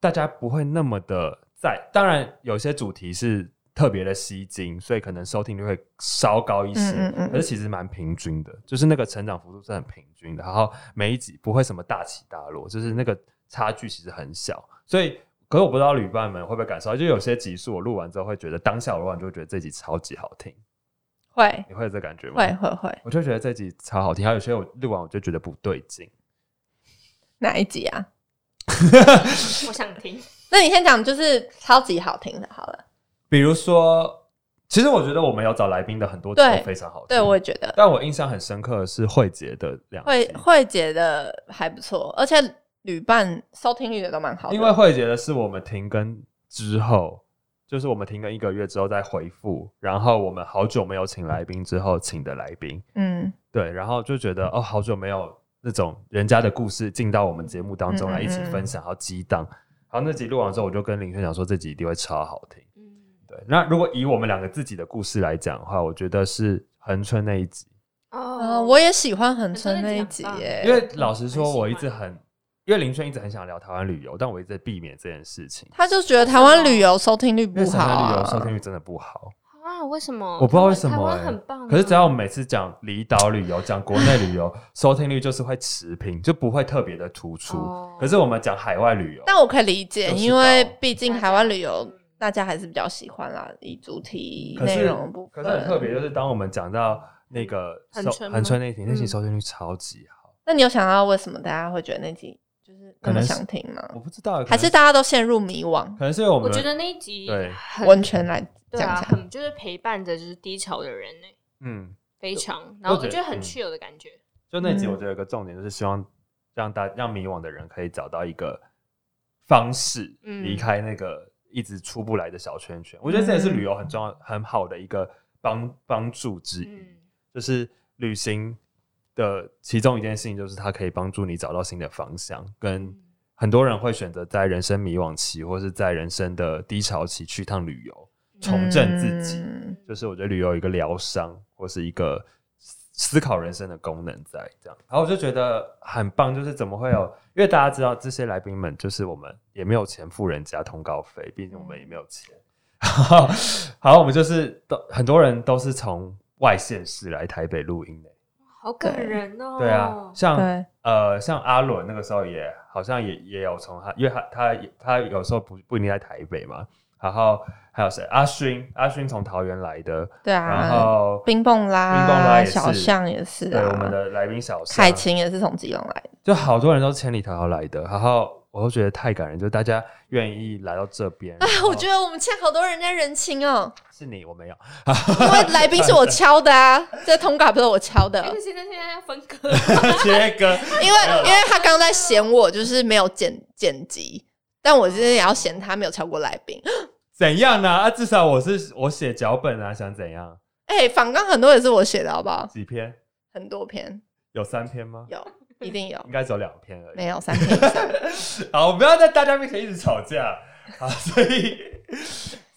大家不会那么的在。当然，有些主题是特别的吸睛，所以可能收听率会稍高一些，
嗯嗯嗯
可是其实蛮平均的，就是那个成长幅度是很平均的。然后每一集不会什么大起大落，就是那个差距其实很小，所以。可是我不知道旅伴们会不会感受到，就有些集数我录完之后会觉得，当下我录完就会觉得这集超级好听，
会
你会有这感觉吗？
会会会，
我就觉得这集超好听，还有些我录完我就觉得不对劲。
哪一集啊？
我想听。
那你先讲，就是超级好听的，好了。
比如说，其实我觉得我们有找来宾的很多集
对
都非常好听，
对，我也觉得
但我印象很深刻的是慧杰的两
慧
集，
慧姐的还不错，而且旅伴收听率也都蛮好的。
因为慧杰的是我们停更之后，就是我们停更一个月之后再回复，然后我们好久没有请来宾之后请的来宾，
嗯，
对，然后就觉得哦，好久没有那种人家的故事进到我们节目当中
嗯
来
嗯
一起分享，然后激荡。然后那集录完之后，我就跟林轩讲说，这集一定会超好听。
嗯，
对，那如果以我们两个自己的故事来讲的话，我觉得是恒春那一集，
啊，
哦
我也喜欢恒
春
春
那
那
集
一
很
集
棒
耶，
因为老实
很
说，
喜
我一
欢
直很，因为林轩一直很想聊台湾旅游，但我一直在避免这件事情。
他就觉得台湾旅游收听率
因为
不好、
台湾旅游
啊，
收听率真的不好，
啊，为什么？
我不知道为什
台
么、
湾
欸
很棒啊、
可是只要我们每次讲离岛旅游、讲国内旅游，收听率就是会持平，就不会特别的突出。
哦
可是我们讲海外旅游，
但我可以理解，
就是
因为毕竟
大家
台湾旅游
嗯
大家还是比较喜欢啦，以主题
可
内
是
容的部
可是很
分。
特别，就是当我们讲到那个
恒
收
春吗
恒春那一题，那期
嗯
收听率超级好，
那你有想到为什么大家会觉得那集就是那
可
么
能是
想听吗？
我不知道，可
还
能
是大家都陷入迷惘？
可能是因为我
我
们
觉得那一集
对
很
温泉来
对啊，
讲讲，
很就是陪伴着就是低潮的人呢、欸
嗯，
非常，然后我觉得很
嗯
chill 的感觉。
就那集
嗯
我觉得有个重点就是希望让大让迷惘的人可以找到一个方式
嗯
离开那个一直出不来的小圈圈。我觉得这也是旅
嗯
游很重要很好的一个帮帮助之一，
嗯，
就是旅行的其中一件事情就是它可以帮助你找到新的方向跟。
嗯
很多人会选择在人生迷惘期或是在人生的低潮期去一趟旅游，重振自己。
嗯
就是我觉得旅游有一个疗伤或是一个思思考人生的功能在这样。然后我就觉得很棒，就是怎么会有？因为大家知道这些来宾们，就是我们也没有钱付人家通告费，毕竟我们也没有钱。 好，好，我们就是都很多人都是从外县市来台北录音的。
好感人哦。
对啊，像
对，
呃，像阿伦那个时候也好像也也有从他，因为他他他有时候不不一定在台北嘛，然后还有谁？阿勋，阿勋从桃园来的，
对
然
啊，
后
冰蹦啦，
冰蹦啦也是
小象也是
对我们
啊，
的来宾小夏
凯琴也是从基隆来的，
就好多人都千里迢迢来的，然后我都觉得太感人，就大家愿意来到这边。
哎， 我
得
觉得我们欠好多人家人情 哦，
是你，我没有，
因为来宾是我敲的啊，这通告不是我敲 的，哦
而且现在现在要分割，
切割。
因为因为他刚刚在嫌我就是没有剪剪辑，但我今天也要嫌他没有超过来宾。
怎样呢、啊？至少我是我写脚本啊，想怎样？
哎、访纲很多也是我写的，好不好？
几篇？
很多篇
有三篇吗？
有，一定有
应，该只有两篇而已
没。有三篇以 上。
好，我不要在大家面前一直吵架。 好，所以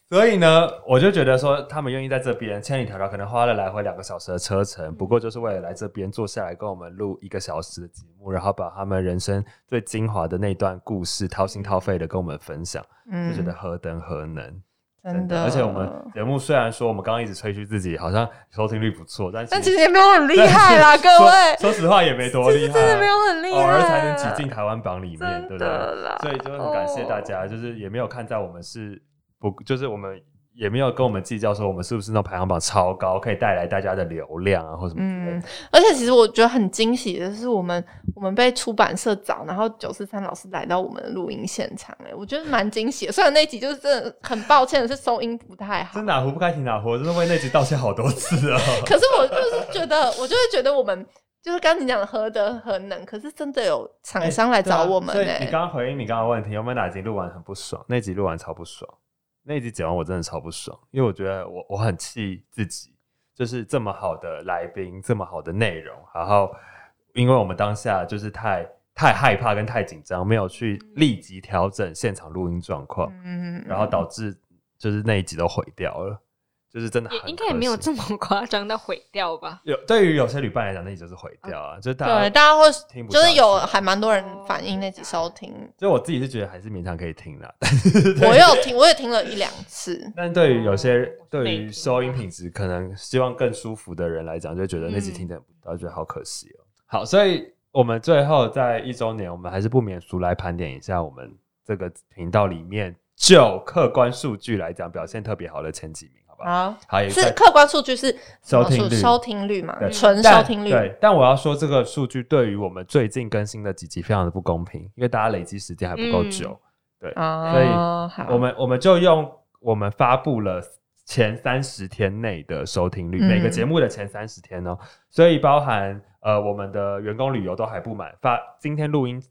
所以呢，我就觉得说，他们愿意在这边千里迢迢，可能花了来回两个小时的车程，不过就是为了来这边坐下来跟我们录一个小时的节目，然后把他们人生最精华的那段故事掏心掏肺的跟我们分享，就
嗯，
觉得何等何能。
真的，
而且我们节目虽然说我们刚刚一直吹嘘自己好像收听率不错，但
但其
其实
实也没有很厉害 啦，各位，
说说实话也没多厉害，啊
真的没有很厉害，
偶尔才能挤进台湾榜里面，对
真
不对？
的啦。哦
所以就很感谢大家，就是也没有看在我们是不，就是我们也没有跟我们计较说我们是不是那种排行榜超高，可以带来大家的流量啊或什么之类
嗯
的。，
而且其实我觉得很惊喜的是，我们我们被出版社找，然后九四三老师来到我们的录音现场、哎，我觉得蛮惊喜的。虽然那一集就是真的很抱歉的是收音不太好
真，哪壶不开提哪壶，真的为那集道歉好多次哦。
可是我就是觉得，我就是觉得我们就是刚刚你讲的何德何能，可是真的有厂商来找我们
对
哎、
啊所以你刚刚回应你刚刚的问题，有没有哪集录完很不爽？那集录完超不爽，那集剪完我真的超不爽，因为我觉得我我很气自己，就是这么好的来宾，这么好的内容，然后因为我们当下就是太太害怕跟太紧张，没有去立即调整现场录音状况，
嗯，
然后导致就是那一集都毁掉了，就是真的
也
很
应该也没有
可惜
这么夸张到毁掉 吧？
有对于有些旅伴来讲，那集就是毁掉啊，就是大
哦对
家
大家会
听不哦
就
下
是
去
有还蛮多人反映那集收听，
所以我自己是觉得还是勉强可以听的，
我有听，我也听了一两次，
但对于有些
哦
对于收音品质
嗯
可能希望更舒服的人来讲，就觉得那集听的、然后觉得好可惜哦。好，所以我们最后在一周年，我们还是不免俗来盘点一下我们这个频道里面就客观数据来讲表现特别好的前几名，好不好？
好，
好，也
是
算
客观数据是什么
哎收听
数
率
收听率嘛
对，
纯收
但
听率。
对，但我要说这个数据对于我们最近更新的几集非常的不公平，因为大家累积时间还不
嗯
够久。所以
哦，好，
我们我们就用我们发布了前三十天内的收听率，
嗯
每个节目的前三十天哦，所以包含呃我们的员工旅游都还不满，发今天录音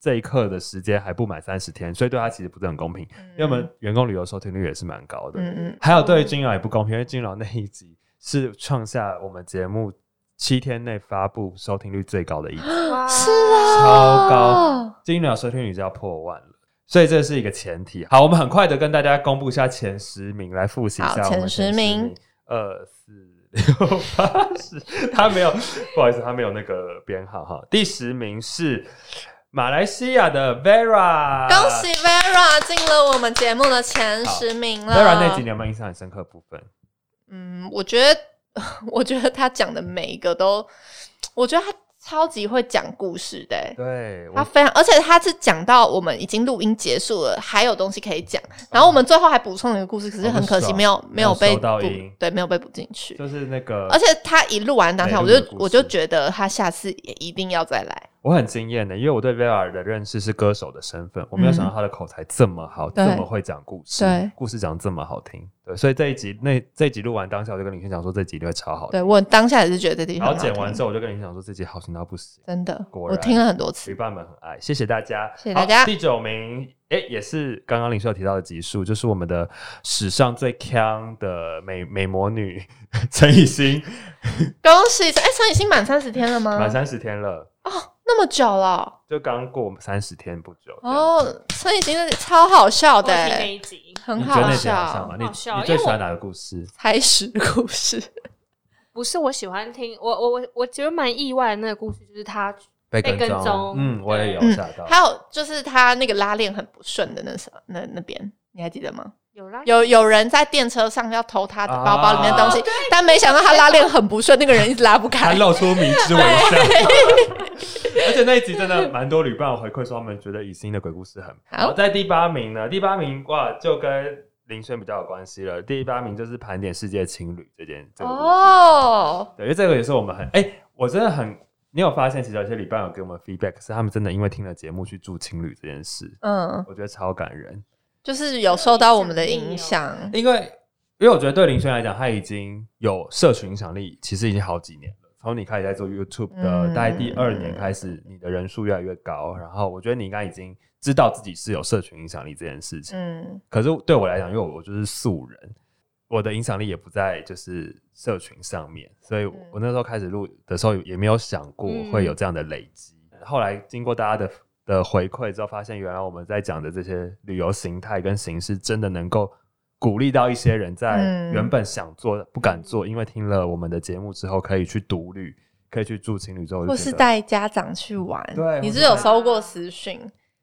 这一刻的时间还不满三十天，所以对他其实不是很公平，
嗯
因为我们员工旅游收听率也是蛮高的，
嗯嗯
还有对金瑶也不公平，因为金瑶那一集是创下我们节目七天内发布收听率最高的 一集。
是啊，
超高，金鸟收听率就要破万了，所以这是一个前提。好，我们很快的跟大家公布一下前十名，来复习一下
好
我们
前
十
十名，
二四六八十，他没有，不好意思，他没有那个编号哈。第十名是马来西亚的 Vera，
恭喜 Vera 进了我们节目的前
好
十名了。
Vera 那集你有没有印象很深刻的部分？
嗯，我觉得， 我觉得他讲的每一个都，我觉得他超级会讲故事的、欸。
对，
他
我
非常，而且他是讲到我们已经录音结束了，还有东西可以讲。然后我们
啊
最后还补充了一个故事，可是
好
很可惜
爽
没有没有
哦没有
被
收到
补
音，
对，没有被补进去。
就是那个，
而且他一录完当下，
每
我
日
就
的故事
我就觉得他下次也一定要再来。
我很惊艳的，因为我对 Vera 的认识是歌手的身份，我没有想到她的口才这么好，
嗯对
这么会讲故事，
对
故事讲得这么好听，对，所以这一集那这一集录完当下，我就跟林轩讲说这集一定会超好听
对，我当下也是觉得这地
然
方
后
很好听，
剪完之后，我就跟林轩讲说这集好听到不行，
真的，
果
我
然
听了很多
旅
次。
伴们很爱，谢谢大家，
谢谢大家
好第九名，哎，也是刚刚林秀提到的集数，就是我们的史上最强的美美魔女陈以欣，
恭喜！哎，陈以欣满三十天了吗？哦
满三十天了，
那么久了
就刚过三十天不久。哦，
哦。陈以欣真的超好笑
我
的
听那
欸，
一集，
很
你觉得那集好笑
笑
吗？。
很
你
好笑
你最
因
喜
为我
欢哪个故事？
开始故事，
不是我喜欢听，我我我我觉得蛮意外的那个故事，就是他
被
被跟踪
嗯，我也有
嗯
吓到。
还有就是他那个拉链很不顺的那时候，那那边你还记得吗？
有
哦
啦
有有人在电车上要偷他的包包里面的东西
哦对，
但没想到他拉链很不顺，那个人一直拉不
他
开。
露出迷之微笑， 而且那一集真的蛮多旅伴回馈说他们觉得以心的鬼故事很
好
好。在第八名呢，第八名哇就跟林轩比较有关系了。第八名就是盘点世界情侣这件这个故事，
哦，
对，因为这个也是我们很哎、我真的很，你有发现其实有些旅伴有给我们 feedback，是他们真的因为听了节目去住情侣这件事，
嗯，
我觉得超感人。
就是有受到我们的影响。
因为因为我觉得对林轩来讲，他已经有社群影响力，其实已经好几年了。从你开始在做 YouTube 的，
嗯
大概第二年开始，你的人数越来越高，然后我觉得你应该已经知道自己是有社群影响力这件事情。
嗯，
可是对我来讲，因为我就是素人，我的影响力也不在就是社群上面，所以我
嗯
我那时候开始录的时候也没有想过
嗯
会有这样的累积。后来经过大家的的回馈之后，发现原来我们在讲的这些旅游形态跟形式，真的能够鼓励到一些人在
嗯
原本想做不敢做，因为听了我们的节目之后，可以去独旅，可以去住情侣之后，我就
或
觉
是
得
带家长去玩，
对
你是
或是
有
带
收过私讯，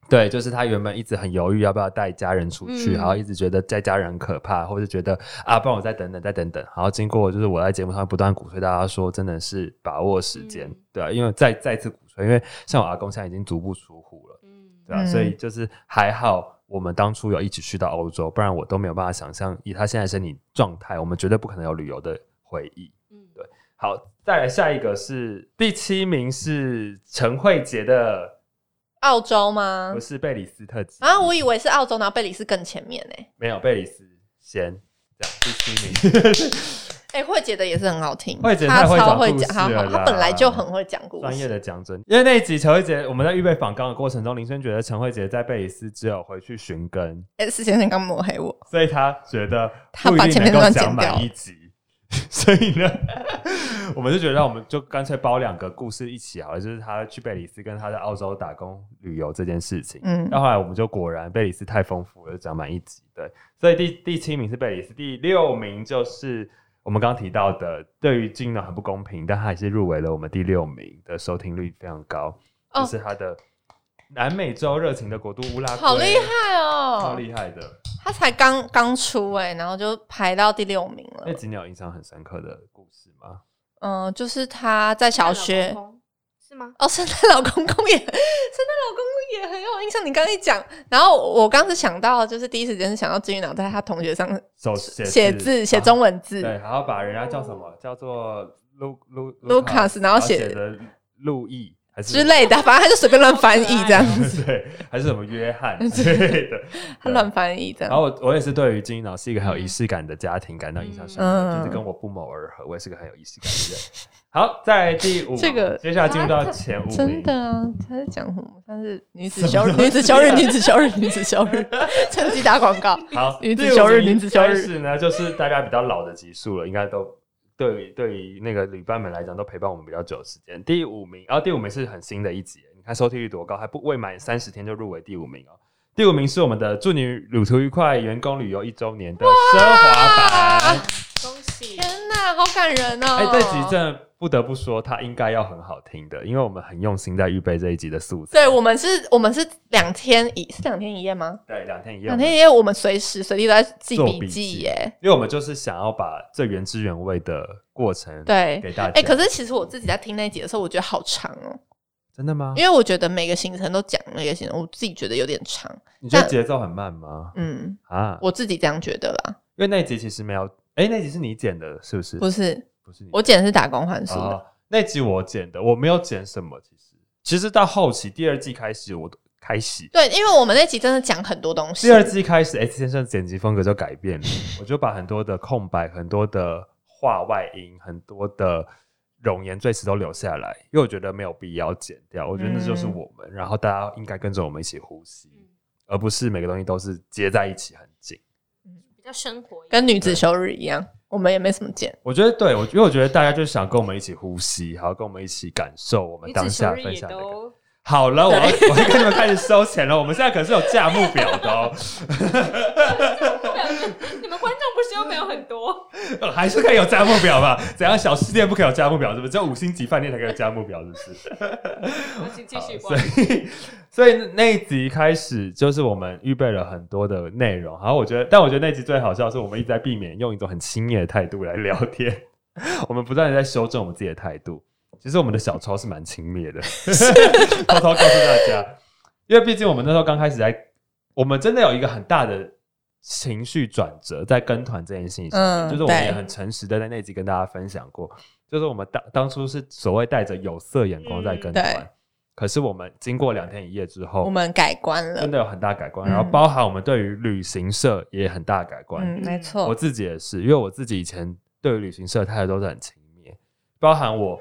对，就是他原本一直很犹豫要不要带家人出去，
嗯
然后一直觉得在家人很可怕，或是觉得啊，不然我再等等，再等等。然后经过就是我在节目上不断鼓吹大家说，真的是把握时间，
嗯
对啊，因为再再次鼓吹，因为像我阿公现在已经足不出户了，
嗯，
对啊，
嗯
所以就是还好我们当初有一起去到欧洲，不然我都没有办法想象以他现在身体状态，我们绝对不可能有旅游的回忆。
嗯
对好，再来下一个是第七名是陈慧杰的，
澳洲吗
不？是贝里斯特集
啊，我以为是澳洲，然后贝里斯更前面欸呢。
没有贝里斯先这样第七名，
哎，慧姐的也是很好听，
慧姐
她
太会
超
讲
会
故
讲，
事
她
了
好，
啦
她本来就很会讲故
专业
事。
的讲真。因为那一集陈慧杰，我们在预备访纲的过程中，林轩觉得陈慧杰在贝里斯只有回去寻根，
哎，事先生刚抹黑我，
所以他觉得
他
不一
把
定
前
能
面
够
那段
讲
剪掉
满一集， 所以呢， 我们就觉得我们就干脆包两个故事一起好了，就是他去贝里斯跟他在澳洲打工旅游这件事情。
嗯
那后来我们就果然贝里斯太丰富了，就讲满一集。对，所以第第七名是贝里斯，第六名就是我们刚刚提到的，对于金呢很不公平，但他还是入围了我们第六名的收听率非常高，
哦
就是他的南美洲热情的国度乌拉圭，
好厉害
超
哦！
厉害的。
她才刚刚出哎，然后就排到第六名了
那。几鸟印象很深刻的故事吗？
嗯，就是她在小学
看老公是是吗？
哦，圣诞老公公也，圣诞老公公也很有印象。你刚一讲，然后我刚是想到，就是第一时间是想到金鱼脑在他同学上
手写啊
写字，写中文字，
对，然后把人家叫什么叫做路路
Lucas，然后写
的路易还是
之类的，反正他就随便乱翻
哦
译这样，
对，还是什么约 翰之类的。
他乱翻译这
然
样。
后我我也是对于金鱼脑是一个很有仪式感的家庭感到印象深刻，
嗯
就是跟我不谋而合，我也是个很有仪式感的人。好，再来第五，
这个
接下来进入到前五名，
真的啊，他在讲什么？他是女子休日，女子休日，女子休日，女子休 日，趁机打广 告。
好，
女子休日女子休日
第五名开始呢，就是大家比较老的集数了，应该都对于对于那个旅伴们来讲，都陪伴我们比较久的时间。第五名，啊然、后第五名是很新的一集，你看收听率多高，还不未满三十天就入围第五名哦。第五名是我们的祝你旅途愉快，员工旅游一周年的奢华版。
恭喜！
天哪，好感人哦！
哎、这集真的不得不说，它应该要很好听的，因为我们很用心在预备这一集的素材。
对我们是，我们是两天一，是两天一夜吗？
对，两天一夜，
两天一夜，我们随时随地都在记
做
笔
笔
记
记
耶。
因为我们就是想要把最原汁原味的过程
对，
给大家。
哎、可是其实我自己在听那集的时候，我觉得好长哦，
真的吗？
因为我觉得每个行程都讲每个行程，我自己觉得有点长。
你觉得
但
节奏很慢吗？
嗯，
啊，
我自己这样觉得啦，
因为那集其实没有，哎，那集是你剪的，是不是？
不是，
不是你
我剪的是打工换宿的，
哦，那集我剪的，我没有剪什么。其实，其实到后期第二季开始，我都开始
对，因为我们那集真的讲很多东西
第。二季开始，S 先生的剪辑风格就改变了，我就把很多的空白、很多的话外音、很多的冗言赘词都留下来，因为我觉得没有必要剪掉。我觉得那就是
嗯
我们，然后大家应该跟着我们一起呼吸，而不是每个东西都是接在一起很紧。
比较生活一点，
跟女子休日一样，我们也没什么剪。
我觉得对，我因为我觉得大家就是想跟我们一起呼吸，还要跟我们一起感受我们
女
当
子
下
休日
分
也
享的感。
都
好了，我要我要跟你们开始收钱了。我们现在可是有价目表的哦，
你们观众不是又没有很 多？
还是可以有价目表吧？怎样小吃店不可以有价目表？是不是？只有五星级饭店才可以有价目表？是不是？
好，请继续
好
关。
所以， 所以那一集开始就是我们预备了很多的内容。然后我觉得，但我觉得那集最好笑的是，我们一直在避免用一种很轻蔑的态度来聊天， 我们不断的在修正我们自己的态度。其实我们的小抄是蛮轻蔑 的，偷偷告诉大家，因为毕竟我们那时候刚开始在，我们真的有一个很大的情绪转折在跟团这件事情上面，
嗯
就是我们
对
也很诚实的在那集跟大家分享过，就是我们当当初是所谓带着有色眼光在跟团，
嗯对
可是我们经过两天一夜之
我
后，
们改观
真
了，
的有很大改
嗯
观，然后包含我们对于旅行社也很大改观。
嗯，没
我
错。
自己也是，因为我自己以前对于旅行社的态度都是很轻蔑，包含 我，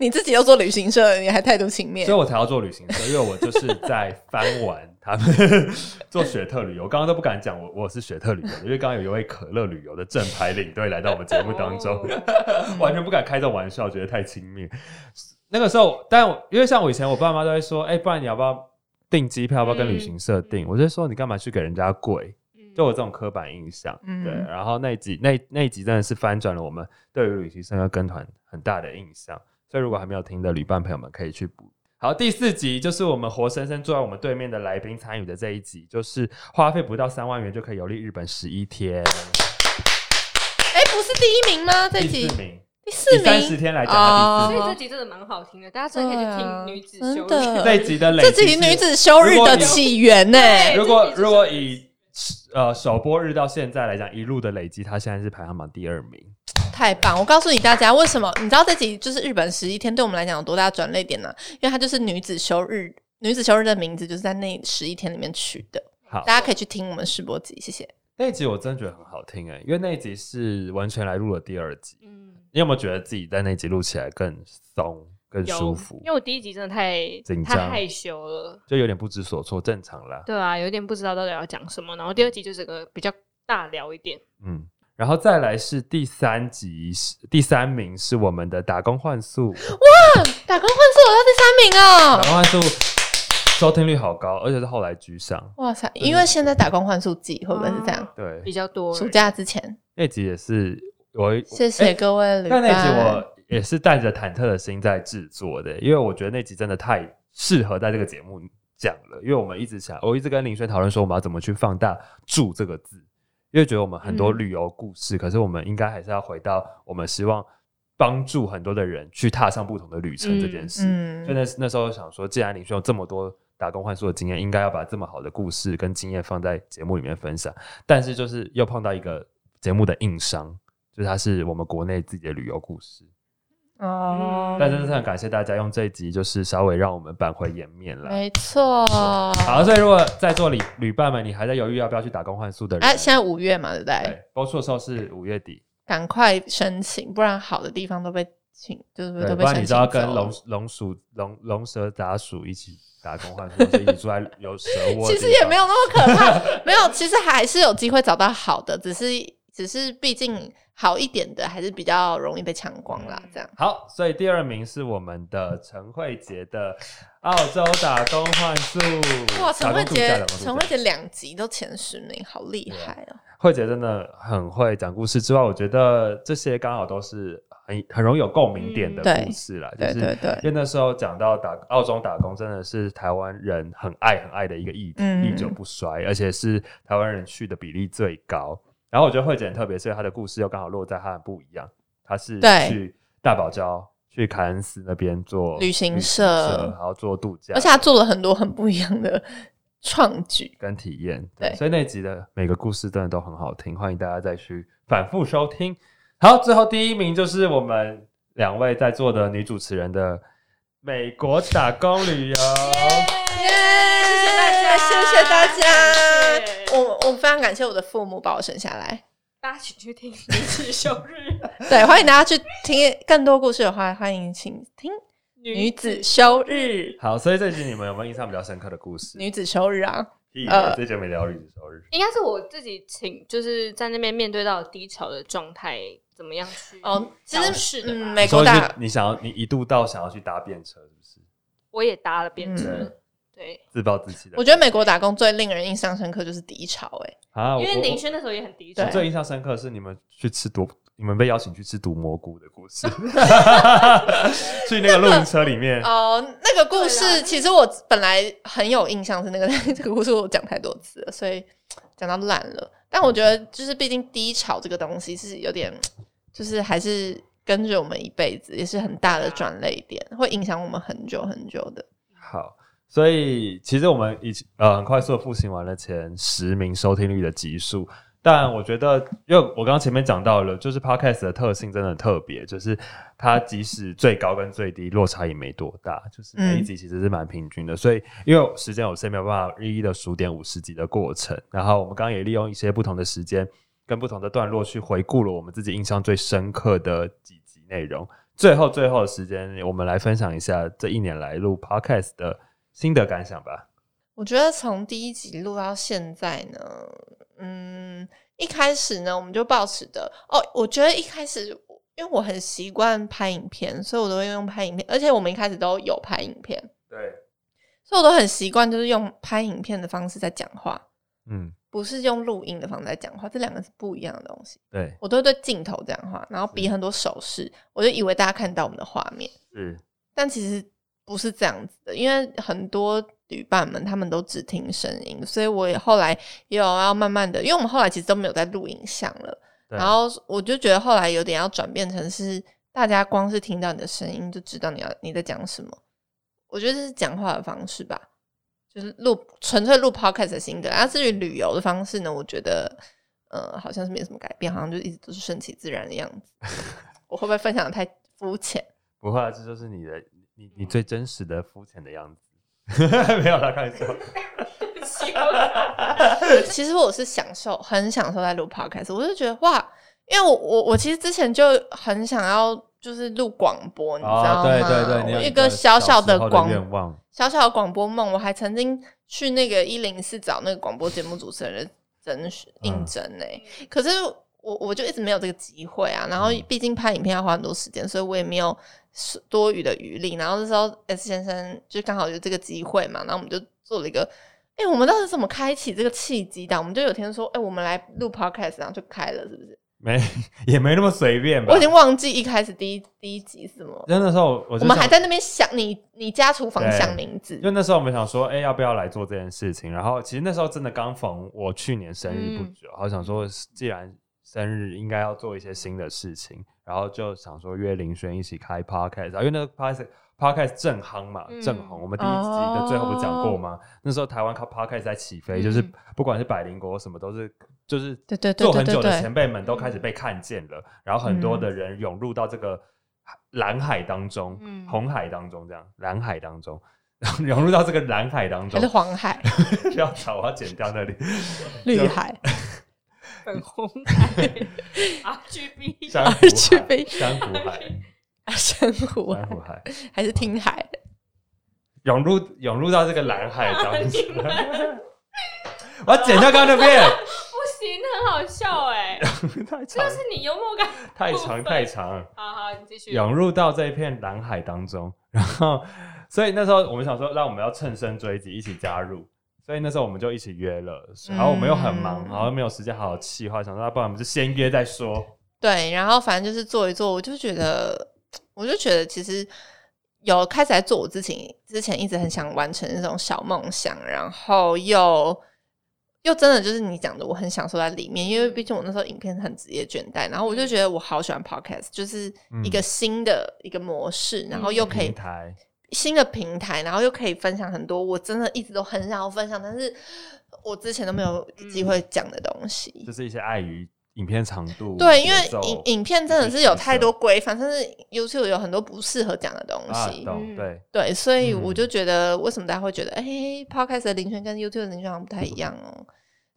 你自己又做旅行社，你还态度轻
所以
蔑，
我才要做旅行社，因为我就是在翻完他们 做雪特旅游。我刚刚都不敢讲我我是雪特旅游的，因为刚刚有一位可乐旅游的正牌领队来到我们节目当中。
哦
哦
完全不敢开这种玩笑，觉得太轻蔑。那个时候，但我因为像我以前，我爸妈都会说：“哎、不然你要不要订机票？要不要跟旅行社
嗯
订？”我就说：“你干嘛去给人家贵？”
嗯
就我这种刻板印象。
嗯
对。然后那一集那那一集真的是翻转了我们对于旅行社要跟团很大的印象。所以如果还没有听的旅伴朋友们，可以去补。好，第四集就是我们活生生坐在我们对面的来宾参与的这一集，就是花费不到三万元就可以游历日本十一天，
哎，不是第一名吗？这
第
集
四名，
第
第
四
三十
名，
天来讲他
哦
第
所
四
以
名。
这集真的蛮好听的，大家真的可以去
对啊
听女子休
真
日
的。
这一集的累
这
积
集
是
女子休日的起源呢？
对
如果
这集是
如果以呃首播日到现在来讲，一路的累积，它现在是排行榜第二名。
太棒！我告诉你大家，为什么你知道这集就是日本十一天对我们来讲有多大转泪点呢、因为它就是女子休日，女子休日的名字就是在那十一天里面取的。
好
大家可以去听我们试播集，谢谢。
那一集我真的觉得很好听哎、因为那一集是完全来录了第二集。
嗯，
你有没有觉得自己在那一集录起来更松、更舒
有，
服
因为，我第一集真的太
紧张
太害羞了，
就有点不知所措？正常啦，
对啊，有点不知道到底要讲什么。然后第二集就整个比较大聊一点，
嗯。然后再来是第三集，是第三名是我们的打工换宿，
哦打工换宿我要第三
打
名哦！
工换宿收听率好高，而且是后来居上。
哇塞，因为现在打工换宿季会不会是这样？
对，
比较多
暑假之前，
那集也是我
谢
哎
谢各位旅
但
伴。
那集我也是带着忐忑的心在制作的，因为我觉得那集真的太适合在这个节目讲了。因为我们一直想，哦我一直跟林轩讨论说，我们要怎么去放大“住”这个字，因为觉得我们很多
嗯
旅游故事，可是我们应该还是要回到我们希望帮助很多的人去踏上不同的旅程这件事。所以
嗯，
那那时候想说，既然林轩有这么多打工换宿的经验，应该要把这么好的故事跟经验放在节目里面分享。但是就是又碰到一个节目的硬伤，就是它是我们国内自己的旅游故事。
哦，
嗯但真的是很感谢大家用这一集，就是稍微让我们扳回颜面了。
没错。
好，所以如果在座旅旅伴们，你还在犹豫要不要去打工换宿的人，
哎、现在五月嘛，对不对？
对播出的时候是五月底，
赶快申请，不然好的地方都被请，就是
对，
都
不
被申
然
请
你知道跟
走
龙龙鼠龙龙蛇杂鼠一起打工换宿，就一起住在 有蛇窝的地方。
其实也没有那么可怕， 没有，其实还是有机会找到好的，只是只是毕竟好一点的还是比较容易被抢光啦，
嗯
这样。
好，所以第二名是我们的陈慧杰的澳洲打工换宿。
哇，陈
打工
慧
度假
杰
打工，度
陈
假
慧杰两集都前十名，好厉
啊
害哦！
慧姐真的很会讲故事，之外，我觉得这些刚好都是很很容易有共鸣点的
嗯
对
故事啦。
对
就是
对对
因为那时候讲到打澳洲打工，真的是台湾人很爱很爱的一个议题，
嗯
历久不衰，而且是台湾人去的比例最高。然后我觉得慧姐很特别，所以她的故事又刚好落在她很不一样，她是
对
去大堡礁、去凯恩斯那边做
旅行社
然后做度假，
而且他做了很多很不一样的创举。
跟体验。对，
对
所以那集的每个故事真的都很好听，欢迎大家再去反复收听。好，最后第一名就是我们两位在座的女主持人的美国打工旅游。
耶谢谢大家，
谢谢大家
谢谢。
我我非常感谢我的父母把我生下来。
大家请去听《女子休日》
对，欢迎大家去听更多故事的话，欢迎请听《 女子休日》。
好，所以这集你们有没有印象比较深刻的故事？
女子休日啊，
屁
呃
这集没聊旅游日。
应该是我自己请，就是在那边面对到低潮的状态，怎么样去
哦，其
调
实
试的
嗯，
吧。
美
所
国
以就
大
你想要，你一度到想要去搭便车，是不是？
我也搭了便车，
嗯
对，
自暴自弃的。
我觉得美国打工最令人印象深刻就是低潮、欸，
啊，我
因为
我
林轩那时候也很低
我
潮
对，
最印象深刻的是你们去吃毒，你们被邀请去吃毒蘑菇的故 事， 去那个露营车里面。
哦、那个故
对
事
啦
其实我本来很有印象是那个， 但是这个故事我讲太多次了，所以讲到烂了。但我觉得就是毕竟低潮这个东西是有点，就是还是跟着我们一辈子，也是很大的转泪点，会影响我们很久很久的。
好，所以其实我们已经呃很快速的复习完了前十名收听率的集数，但我觉得，因为我刚刚前面讲到了，就是 podcast 的特性真的很特别，就是它即使最高跟最低落差也没多大，就是每一集其实是蛮平均的。所以因为时间有限，没有办法一一的数点五十集的过程。然后我们刚刚也利用一些不同的时间跟不同的段落去回顾了我们自己印象最深刻的几集内容。最后最后的时间，我们来分享一下这一年来录 podcast 的心得感想吧。
我觉得从第一集录到现在呢，嗯，一开始呢，我们就抱持的哦，我觉得一开始因为我很习惯拍影片，所以我都会用拍影片，而且我们一开始都有拍影片，
对，
所以我都很习惯就是用拍影片的方式在讲话，
嗯，
不是用录音的方式在讲话，这两个是不一样的东西。
对，
我都会对镜头讲话，然后比很多手势，我就以为大家看到我们的画面。
是，
但其实不是这样子的，因为很多旅伴们他们都只听声音，所以我也后来也有要慢慢的，因为我们后来其实都没有在录影像了，
对
然后我就觉得后来有点要转变成是大家光是听到你的声音就知道你要你在讲什么，我觉得这是讲话的方式吧，就是录纯粹录 podcast 的心得。然后至于旅游的方式呢，我觉得呃好像是没什么改变，好像就一直都是顺其自然的样子。 我会不会分享的太肤浅？
不会啊，这就是你的你你最真实的肤浅的样子。 没有啦，开玩 笑。
其实我是享受，很享受在录 podcast，我就觉得哇，因为我我我其实之前就很想要就是录广播，你知道吗？
哦，对对对，你有
我
一
一个小
小时
的
候
广
愿望，
小小的广播梦，我还曾经去那个一零四找那个广播节目主持人的甄选
嗯
应征呢、可是我我就一直没有这个机会啊。然后
嗯
毕竟拍影片要花很多时间，所以我也没有多余的余力。然后那时候 S 先生就刚好有这个机会嘛，然后我们就做了一个。哎、我们当时怎么开启这个契机的？我们就有天说，哎、我们来录 podcast，然后就开了，是不是？
没 也没那么随便吧。
我已经忘记一开始第一第一集是什么，
那那时候我
我
就
们
想
还在那边想你你家厨房
对
想名字
因，为那时候我们想说，哎、要不要来做这件事情？然后其实那时候真的刚逢我
嗯
去年生日不久，然后想说，既然生日应该要做一些新的事情。然后就想说约林轩一起开 podcast，然后因为啊那个 podcast podcast 正夯嘛，
嗯
正红。我们第一集的最后不是讲过吗？那时候台湾 podcast 在起飞，就是
哦嗯
不管是百灵国什么，都是就是
对对对
做很
对对嗯
久的
对
前辈们都开始被看见了，然后很多的人涌入到这个蓝海当中
嗯、
红海当中，这样蓝海当中。然 后涌入到这个蓝海当
还
中
是，黄海、
要找我要剪掉 那里。
绿 海，
粉红海 RGB
珊瑚海，
RGB
珊瑚 海，
珊瑚
珊瑚
海，
海，
还是听海？
涌入涌入到这个蓝海当中
啊 你们。
我要剪掉刚刚那边，
不行，很好笑哎、
太长
这是你幽默感。
太长太长，
好好，你继续。
涌入到这一片蓝海当中。 然后，所以那时候我们想说，那我们要趁胜追击，一起加入。所以那时候我们就一起约了，然后我们又很忙，
嗯
然后没有时间好好计划，想说那不然我们就先约再说。
对，然后反正就是做一做，我就觉得，我就觉得其实有开始在做我之前之前一直很想完成那种小梦想，然后又又真的就是你讲的，我很享受在里面，因为毕竟我那时候影片很职业倦怠，然后我就觉得我好喜欢 podcast，就是一个新的一个模式，然后又可以
平台，
新的平台，然后又可以分享很多我真的一直都很想要分享，但是我之前都没有机会讲的东西。
嗯就是一些碍于影片长度，
对，因为
节奏
影影片真的是有太多规范，甚至 YouTube 有很多不适合讲的东
啊，
西。
懂
嗯
对，
对，所以
嗯
我就觉得，为什么大家会觉得，哎、p o d c a s t 的林权跟 YouTube 的林权好像不太一样哦？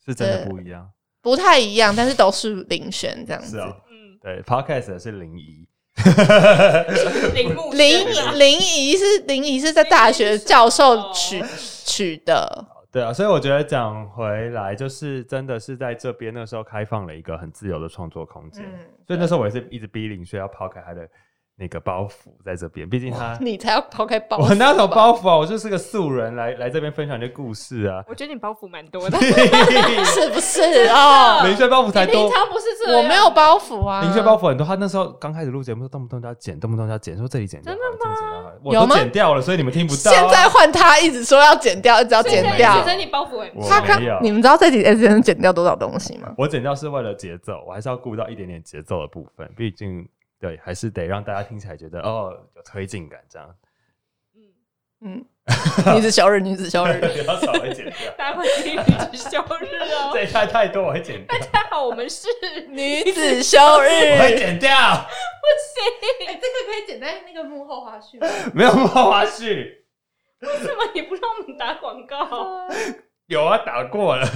是真的不一样。
不太一样，但是都是林权这样
是
子。
啊，
嗯，
对，podcast 的是零一，
铃木
林
轩，
啊
林怡是林怡是在大学教授
哦
取取的，
对啊，所以我觉得讲回来，就是真的是在这边那时候开放了一个很自由的创作空间，
嗯
所以那时候我也是一直逼林轩要抛开他的那个包袱在这边，毕竟他
你才要抛开包袱吧。
我那种包袱啊，我就是个素人来来这边分享你的故事啊
我觉得你包袱蛮多 的。
是不是 哦？
林轩包袱才
你
多
平。常不是这样，
我没有包袱啊，
林轩包。袱很多，他那时候刚开始录节目，动不动就要剪，动不动就要剪，说这里剪掉好了，真的吗？我
有
都
吗
剪掉了，所以你们听不到啊。
现在换他一直说要剪掉，一直要
所以
剪
所以
掉
所。以你包袱欸很
我
他
没有
刚，你们知道这几天间剪掉多少东西 吗？
我剪掉是为了节奏，我还是要顾到一点点节奏的部分，毕竟对，还是得让大家听起来觉得哦有推进感这样。
嗯，
嗯，女子小日，女子小日，
不要少会剪掉，
待会听你去休日哦。
这一下太多我会 剪掉，
还好我们是
女子小
我会
日。
剪掉，
哎，这个可以剪在那个幕后花絮吗？
没有花絮，
为什么你不让我们打广告？
有啊打过了，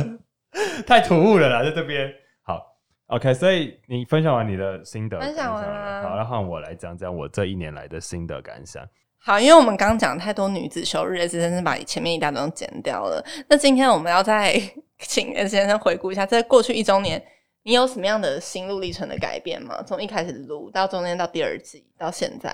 太突兀了啦，在这边好。OK，所以你分享完你的心得，
分享完
感
啦
想好，那换我来讲讲我这一年来的心得感想。
好，因为我们刚刚讲太多女子休日，S 先生把前面一大段都剪掉了。那今天我们要再请 S 先生回顾一下，在过去一周年，你有什么样的心路历程的改变吗？从一开始录到中间到第二季到现在，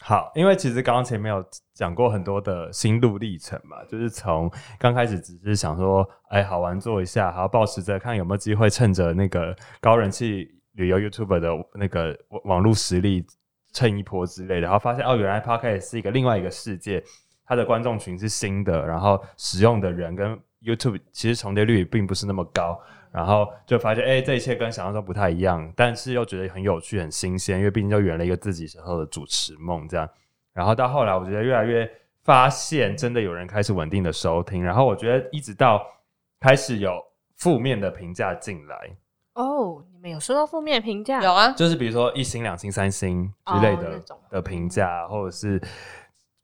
好，因为其实刚刚前面有讲过很多的心路历程嘛，就是从刚开始只是想说，哎，好玩做一下，好，保持着看有没有机会，趁着那个高人气旅游 YouTuber 的那个网网络实力蹭一波之类的，然后发现哦，原来 Podcast 是一个另外一个世界，它的观众群是新的，然后使用的人跟 YouTube 其实重叠率也并不是那么高，然后就发现，哎、这一切跟想象中不太一样，但是又觉得很有趣、很新鲜，因为毕竟就圆了一个自己时候的主持梦这样。然后到后来，我觉得越来越发现，真的有人开始稳定的收听，然后我觉得一直到开始有负面的评价进来，
哦，你们有收到负面评价
有啊，
就是比如说一星、两星、三星之类
哦
的、
那种
的评价，或者是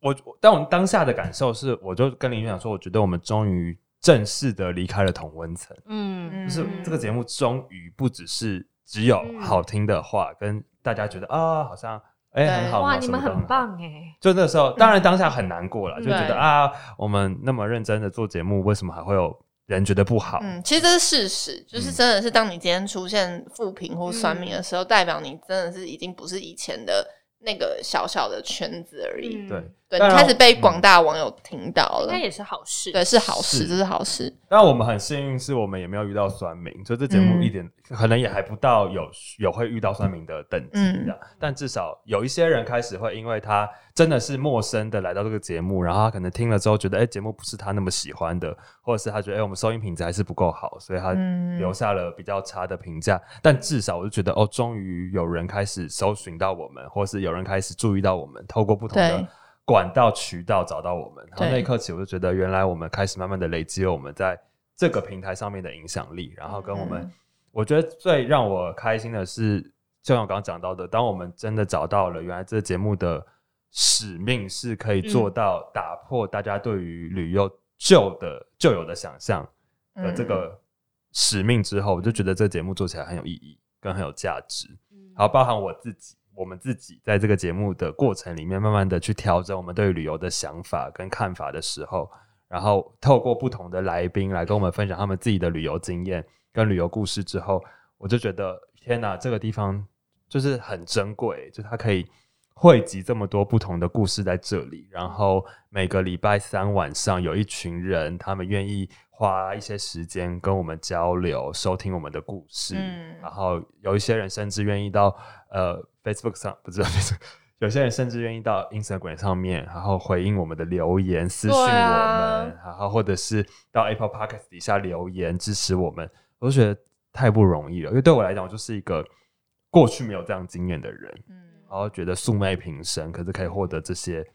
我，我但我当下的感受是，我就跟林院长说，我觉得我们终于正式的离开了同温层。
嗯
就是
嗯
这个节目终于不只是只有好听的话，跟大家觉得啊，好像哎、
对
很好，
哇，
什么
你们
都好
很。棒
欸
哎，
就那时候，当然当下很难过了，
嗯
就觉
对
得啊，我们那么认真的做节目，为什么还会有人觉得不好？嗯
嗯，其实这是事实，就是真的是当你今天出现负评或酸民的时候，代表你真的是已经不是以前的那个小小的圈子而已。
对，
对
嗯当
你
然嗯
开始被广大网友听到
嗯应
了
该，也是好事。
对，是好事，
是
这是好事。
但我们很幸运，是我们也没有遇到酸民，所以这节
嗯
目一点、可能也还不到有有会遇到酸民的等级这
嗯
样。但至少有一些人开始会，因为他真的是陌生的来到这个节目，然后他可能听了之后觉得，哎、节目不是他那么喜欢的，或者是他觉得，哎、我们收音品质还是不够好，所以他
嗯
留下了比较差的评价。但至少我就觉得，哦，终于有人开始搜寻到我们，或是有人开始注意到我们，透过不同的
对。
管道渠道找到我们，然后
对
那一刻起，我就觉得原来我们开始慢慢的累积了我们在这个平台上面的影响力，然后跟我们，
嗯
我觉得最让我开心的是，就像我刚刚讲到的，当我们真的找到了原来这个节目的使命是可以做到打破大家对于旅游旧的旧有的想象的
嗯
这个使命之后，我就觉得这个节目做起来很有意义，跟很有价值。
嗯
好，包含我自己，我们自己在这个节目的过程里面，慢慢的去调整我们对于旅游的想法跟看法的时候，然后透过不同的来宾来跟我们分享他们自己的旅游经验跟旅游故事之后，我就觉得天哪，这个地方就是很珍贵，就它可以汇集这么多不同的故事在这里，然后每个礼拜三晚上有一群人，他们愿意花一些时间跟我们交流，收听我们的故事，
嗯
然后有一些人甚至愿意到呃 Facebook 上， 不知道 Facebook。有些人甚至愿意到 Instagram 上面，然后回应我们的留言、私信我
对
们，
啊
然后或者是到 Apple Podcast 底下留言支持我们，我就觉得太不容易了。因为对我来讲，我就是一个过去没有这样经验的人，
嗯
然后觉得素昧平生，可是可以获得这些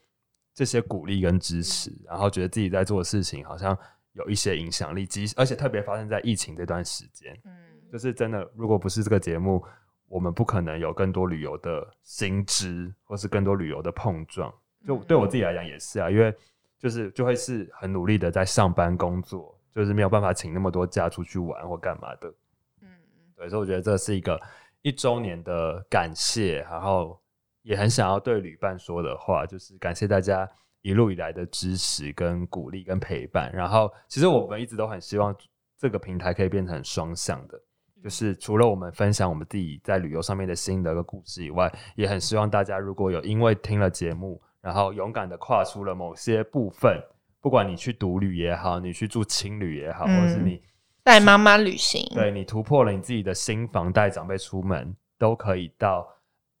这些鼓励跟支持，
嗯
然后觉得自己在做的事情好像有一些影响力，即而且特别发生在疫情这段时间，
嗯
就是真的，如果不是这个节目，我们不可能有更多旅游的新知，或是更多旅游的碰撞。就
嗯
对我自己来讲也是啊，因为就是就会是很努力的在上班工作，就是没有办法请那么多假出去玩或干嘛的。
嗯
对，所以我觉得这是一个一周年的感谢，然后也很想要对旅伴说的话，就是感谢大家一路以来的支持、跟鼓励、跟陪伴。然后，其实我们一直都很希望这个平台可以变成双向的，
嗯
就是除了我们分享我们自己在旅游上面的心得跟故事以外，也很希望大家如果有因为听了节目，然后勇敢的跨出了某些部分。不管你去独旅也好，你去住青旅也好，或者是
嗯
你
带妈妈旅行，
对你突破了你自己的新房，带长辈出门都可以到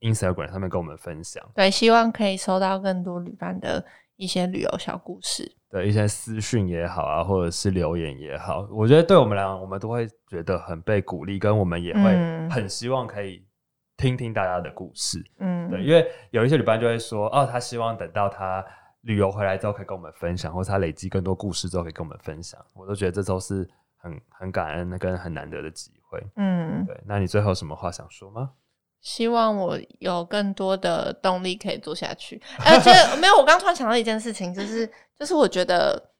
Instagram 上面跟我们分享
对，希望可以收到更多旅伴的一些旅游小故事。
的一些私讯也好啊，或者是留言也好，我觉得对我们来讲，我们都会觉得很被鼓励，跟我们也会
嗯
很希望可以听听大家的故事。
嗯，
对，因为有一些旅伴就会说，哦，他希望等到他旅游回来之后可以跟我们分享，或是他累积更多故事之后可以跟我们分享，我都觉得这都是很很感恩跟很难得的机会。
嗯，
对，那你最后有什么话想说吗？
希望我有更多的动力可以做下去。 而且没有，我刚突然想到一件事情，就是就是我觉得，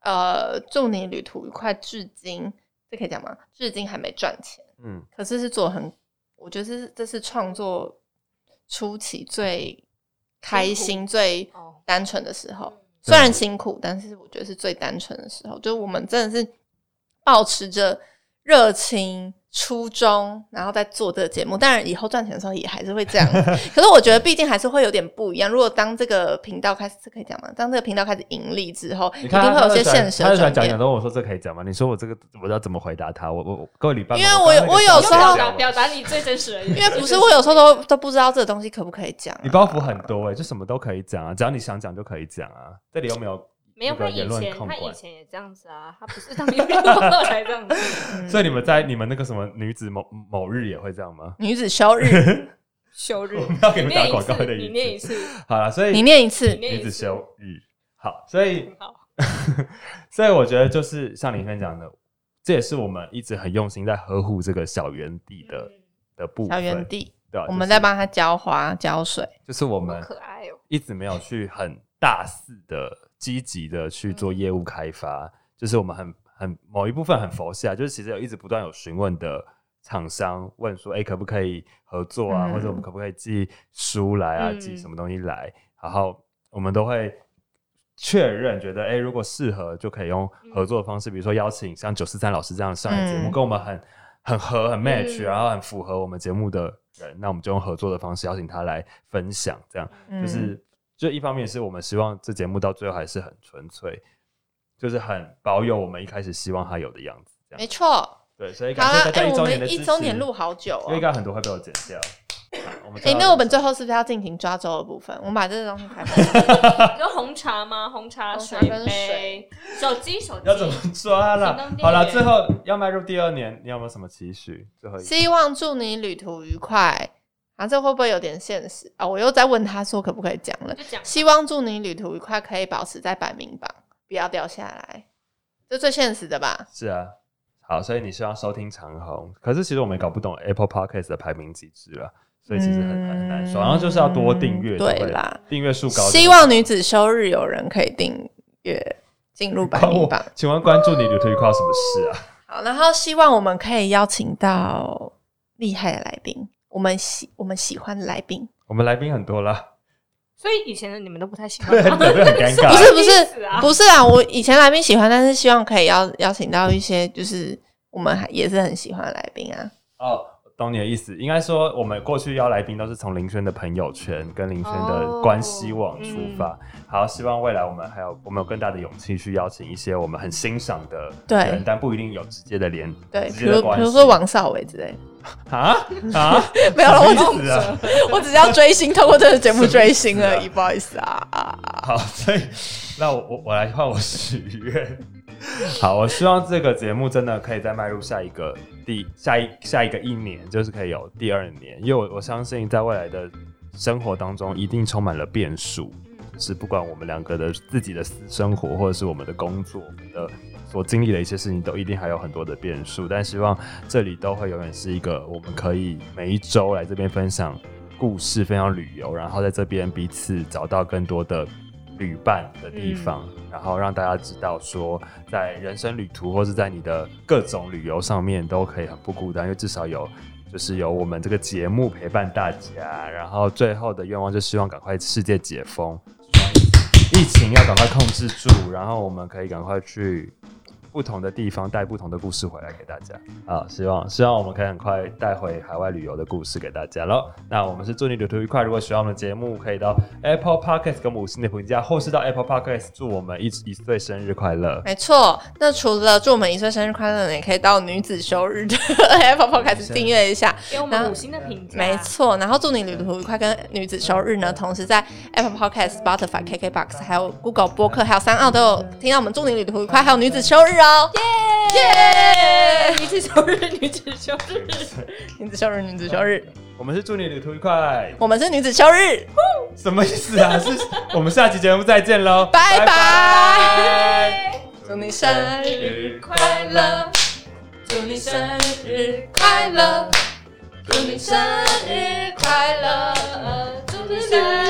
呃，祝你旅途愉快，至今这可以讲吗？至今还没赚钱，
嗯。
可是是做得很，我觉得这是这是创作初期最开心、最
哦
单纯的时候。
对
虽然辛苦，但是我觉得是最单纯的时候，就是我们真的是保持着热情、初衷，然后再做这个节目。当然，以后赚钱的时候也还是会这样， 可是我觉得毕竟还是会有点不一样。如果当这个频道开始，这可以讲吗？当这个频道开始盈利之后，一
你
定
看他
会有
他
些
就喜
现
欢
实
他
的
就喜
转
欢讲
变
讲，。都问我说这可以讲吗？你说我这个我要怎么回答他？我我我各位礼拜，
因为
我
我
刚刚那个
我有时候
表
讲
达
完
表达你最真实的一面，
因为不是我有时候都都不知道这个东西可不可以讲啊、
你包袱很多哎、就什么都可以讲啊，只要你想讲就可以讲啊。这里有没有？
没有
那个
他以
言论
前
控
他以
管
前也这样子啊，他不是当年后才 这样子。
嗯
所以你们在你们那个什么女子某某日也会这样吗？
女子休日，
休日，
我们要给你们打
念一
广告
次，
的意思
你念一次，
好了，所以
你念一次
你，念
女
一
子
次，
休日好，所以
很好。
所以我觉得就是像林轩讲的，这也是我们一直很用心在呵护这个小园地的
嗯
的部分。
小园地，
对啊，
我
就
们
是
在帮她浇花浇水。
就是我们
好可爱 哦
一直没有去很大肆的、积极的去做业务开发，就是我们很很某一部分很佛系啊，就是其实有一直不断有询问的厂商问说，哎、可不可以合作啊，
嗯
或者我们可不可以寄书来啊，
嗯
寄什么东西来，然后我们都会。确认觉得，哎、如果适合就可以用合作的方式，比如说邀请像九四三老师这样上来节目，
嗯
跟我们很很合、很 match，、
嗯
然后很符合我们节目的人，那我们就用合作的方式邀请他来分享，这样。
嗯
就是就一方面是我们希望这节目到最后还是很纯粹，就是很保有我们一开始希望它有的样子，这
没
样
错。好
对，所以感谢
啦，
大家
哎、
一
我
周年的
们
支持。
一周年录好久
因为
哦
应。该很多会被我剪掉。好我们
哎、
知道
那我们最后是不是要进行抓周的部
嗯
分？我们把这个东西开 放。
你说红茶吗？红茶、
红茶
水
跟
杯、手机、手机
要怎么抓
行
啦
动？电
好啦，
源
最后要迈入第二年，你有没有什么期许？最后一
希望祝你旅途愉快。啊，这会不会有点现实啊？我又在问他说可不可以讲了。
就讲
希望祝你旅途愉快，可以保持在百名榜，不要掉下来，这最现实的吧？
是啊，好，所以你希望收听长虹，可是其实我们也搞不懂 Apple Podcast 的排名机制了，所以其实很很难说。
嗯
然后就是要多订阅，
对
不
啦，
订阅数高。
希望女子休日有人可以订阅进入百
关
名
哦我
榜。，
请问关注你旅途愉快有什么事啊？
好，然后希望我们可以邀请到厉害的来宾，我们喜我们喜欢的来宾，
我们来宾很 多啦，
所以以前的你们都不太喜欢
对，
吗，
准备很尴尬。
不是不
不是意思
是
啊
不是啊！我以前来宾喜欢，但是希望可以邀邀请到一些就是我们还也是很喜欢的来宾啊。
哦，懂你的意思。应该说，我们过去邀来宾都是从林轩的朋友圈跟林轩的关系网出发。
哦嗯
好，希望未来我们还有我们有更大的勇气去邀请一些我们很欣赏的
对
人，但不一定有直接的连
对，
直
比
接的
如
关
比
系
如说王少伟之类的，
啊啊，
没有了，我只
是啊。
我只是要追星，透过这个节目追星而
是
已，不好意思啊啊！啊
好，所以那我我我来换我许愿。好，我希望这个节目真的可以再迈入下一个第下一下一个一年，就是可以有第二年，因为我我相信在未来的生活当中一定充满了变数，就是不管我们两个的自己的私生活，或者是我们的工作，我们的所经历的一些事情，都一定还有很多的变数。但希望这里都会永远是一个我们可以每一周来这边分享故事、分享旅游，然后在这边彼此找到更多的旅伴的地方，然后让大家知道说，在人生旅途或是在你的各种旅游上面都可以很不孤单，因为至少有。就是有我们这个节目陪伴大家，然后最后的愿望就希望赶快世界解封，疫情要赶快控制住，然后我们可以赶快去不同的地方带不同的故事回来给大家啊！希望希望我们可以很快带回海外旅游的故事给大家喽。那我们是祝你旅途愉快。如果喜欢我们的节目，可以到 Apple Podcast 给我们五星的评价，或是到 Apple Podcast 祝我们一一岁生日快乐。
没错，那除了祝我们一岁生日快乐呢，也可以到女子休日的 哎 Apple Podcast 订阅一下。
给我们五星的评价，
没错，然后祝你旅途愉快，跟女子休日呢，同时在 Apple Podcast、Spotify、KKBox，还有 Google 播客，还有三奥都有听到我们祝你旅途愉快，还有女子休日哦，耶
耶！女子休日，女子休日，
女子休日，女子休日，
我们是祝你旅途愉快，
我们是女子休日，
什么意思啊？是我们下期节目再见喽，
拜拜，
拜
祝你生
日快乐，祝你生日快乐，祝你生日快乐，祝你生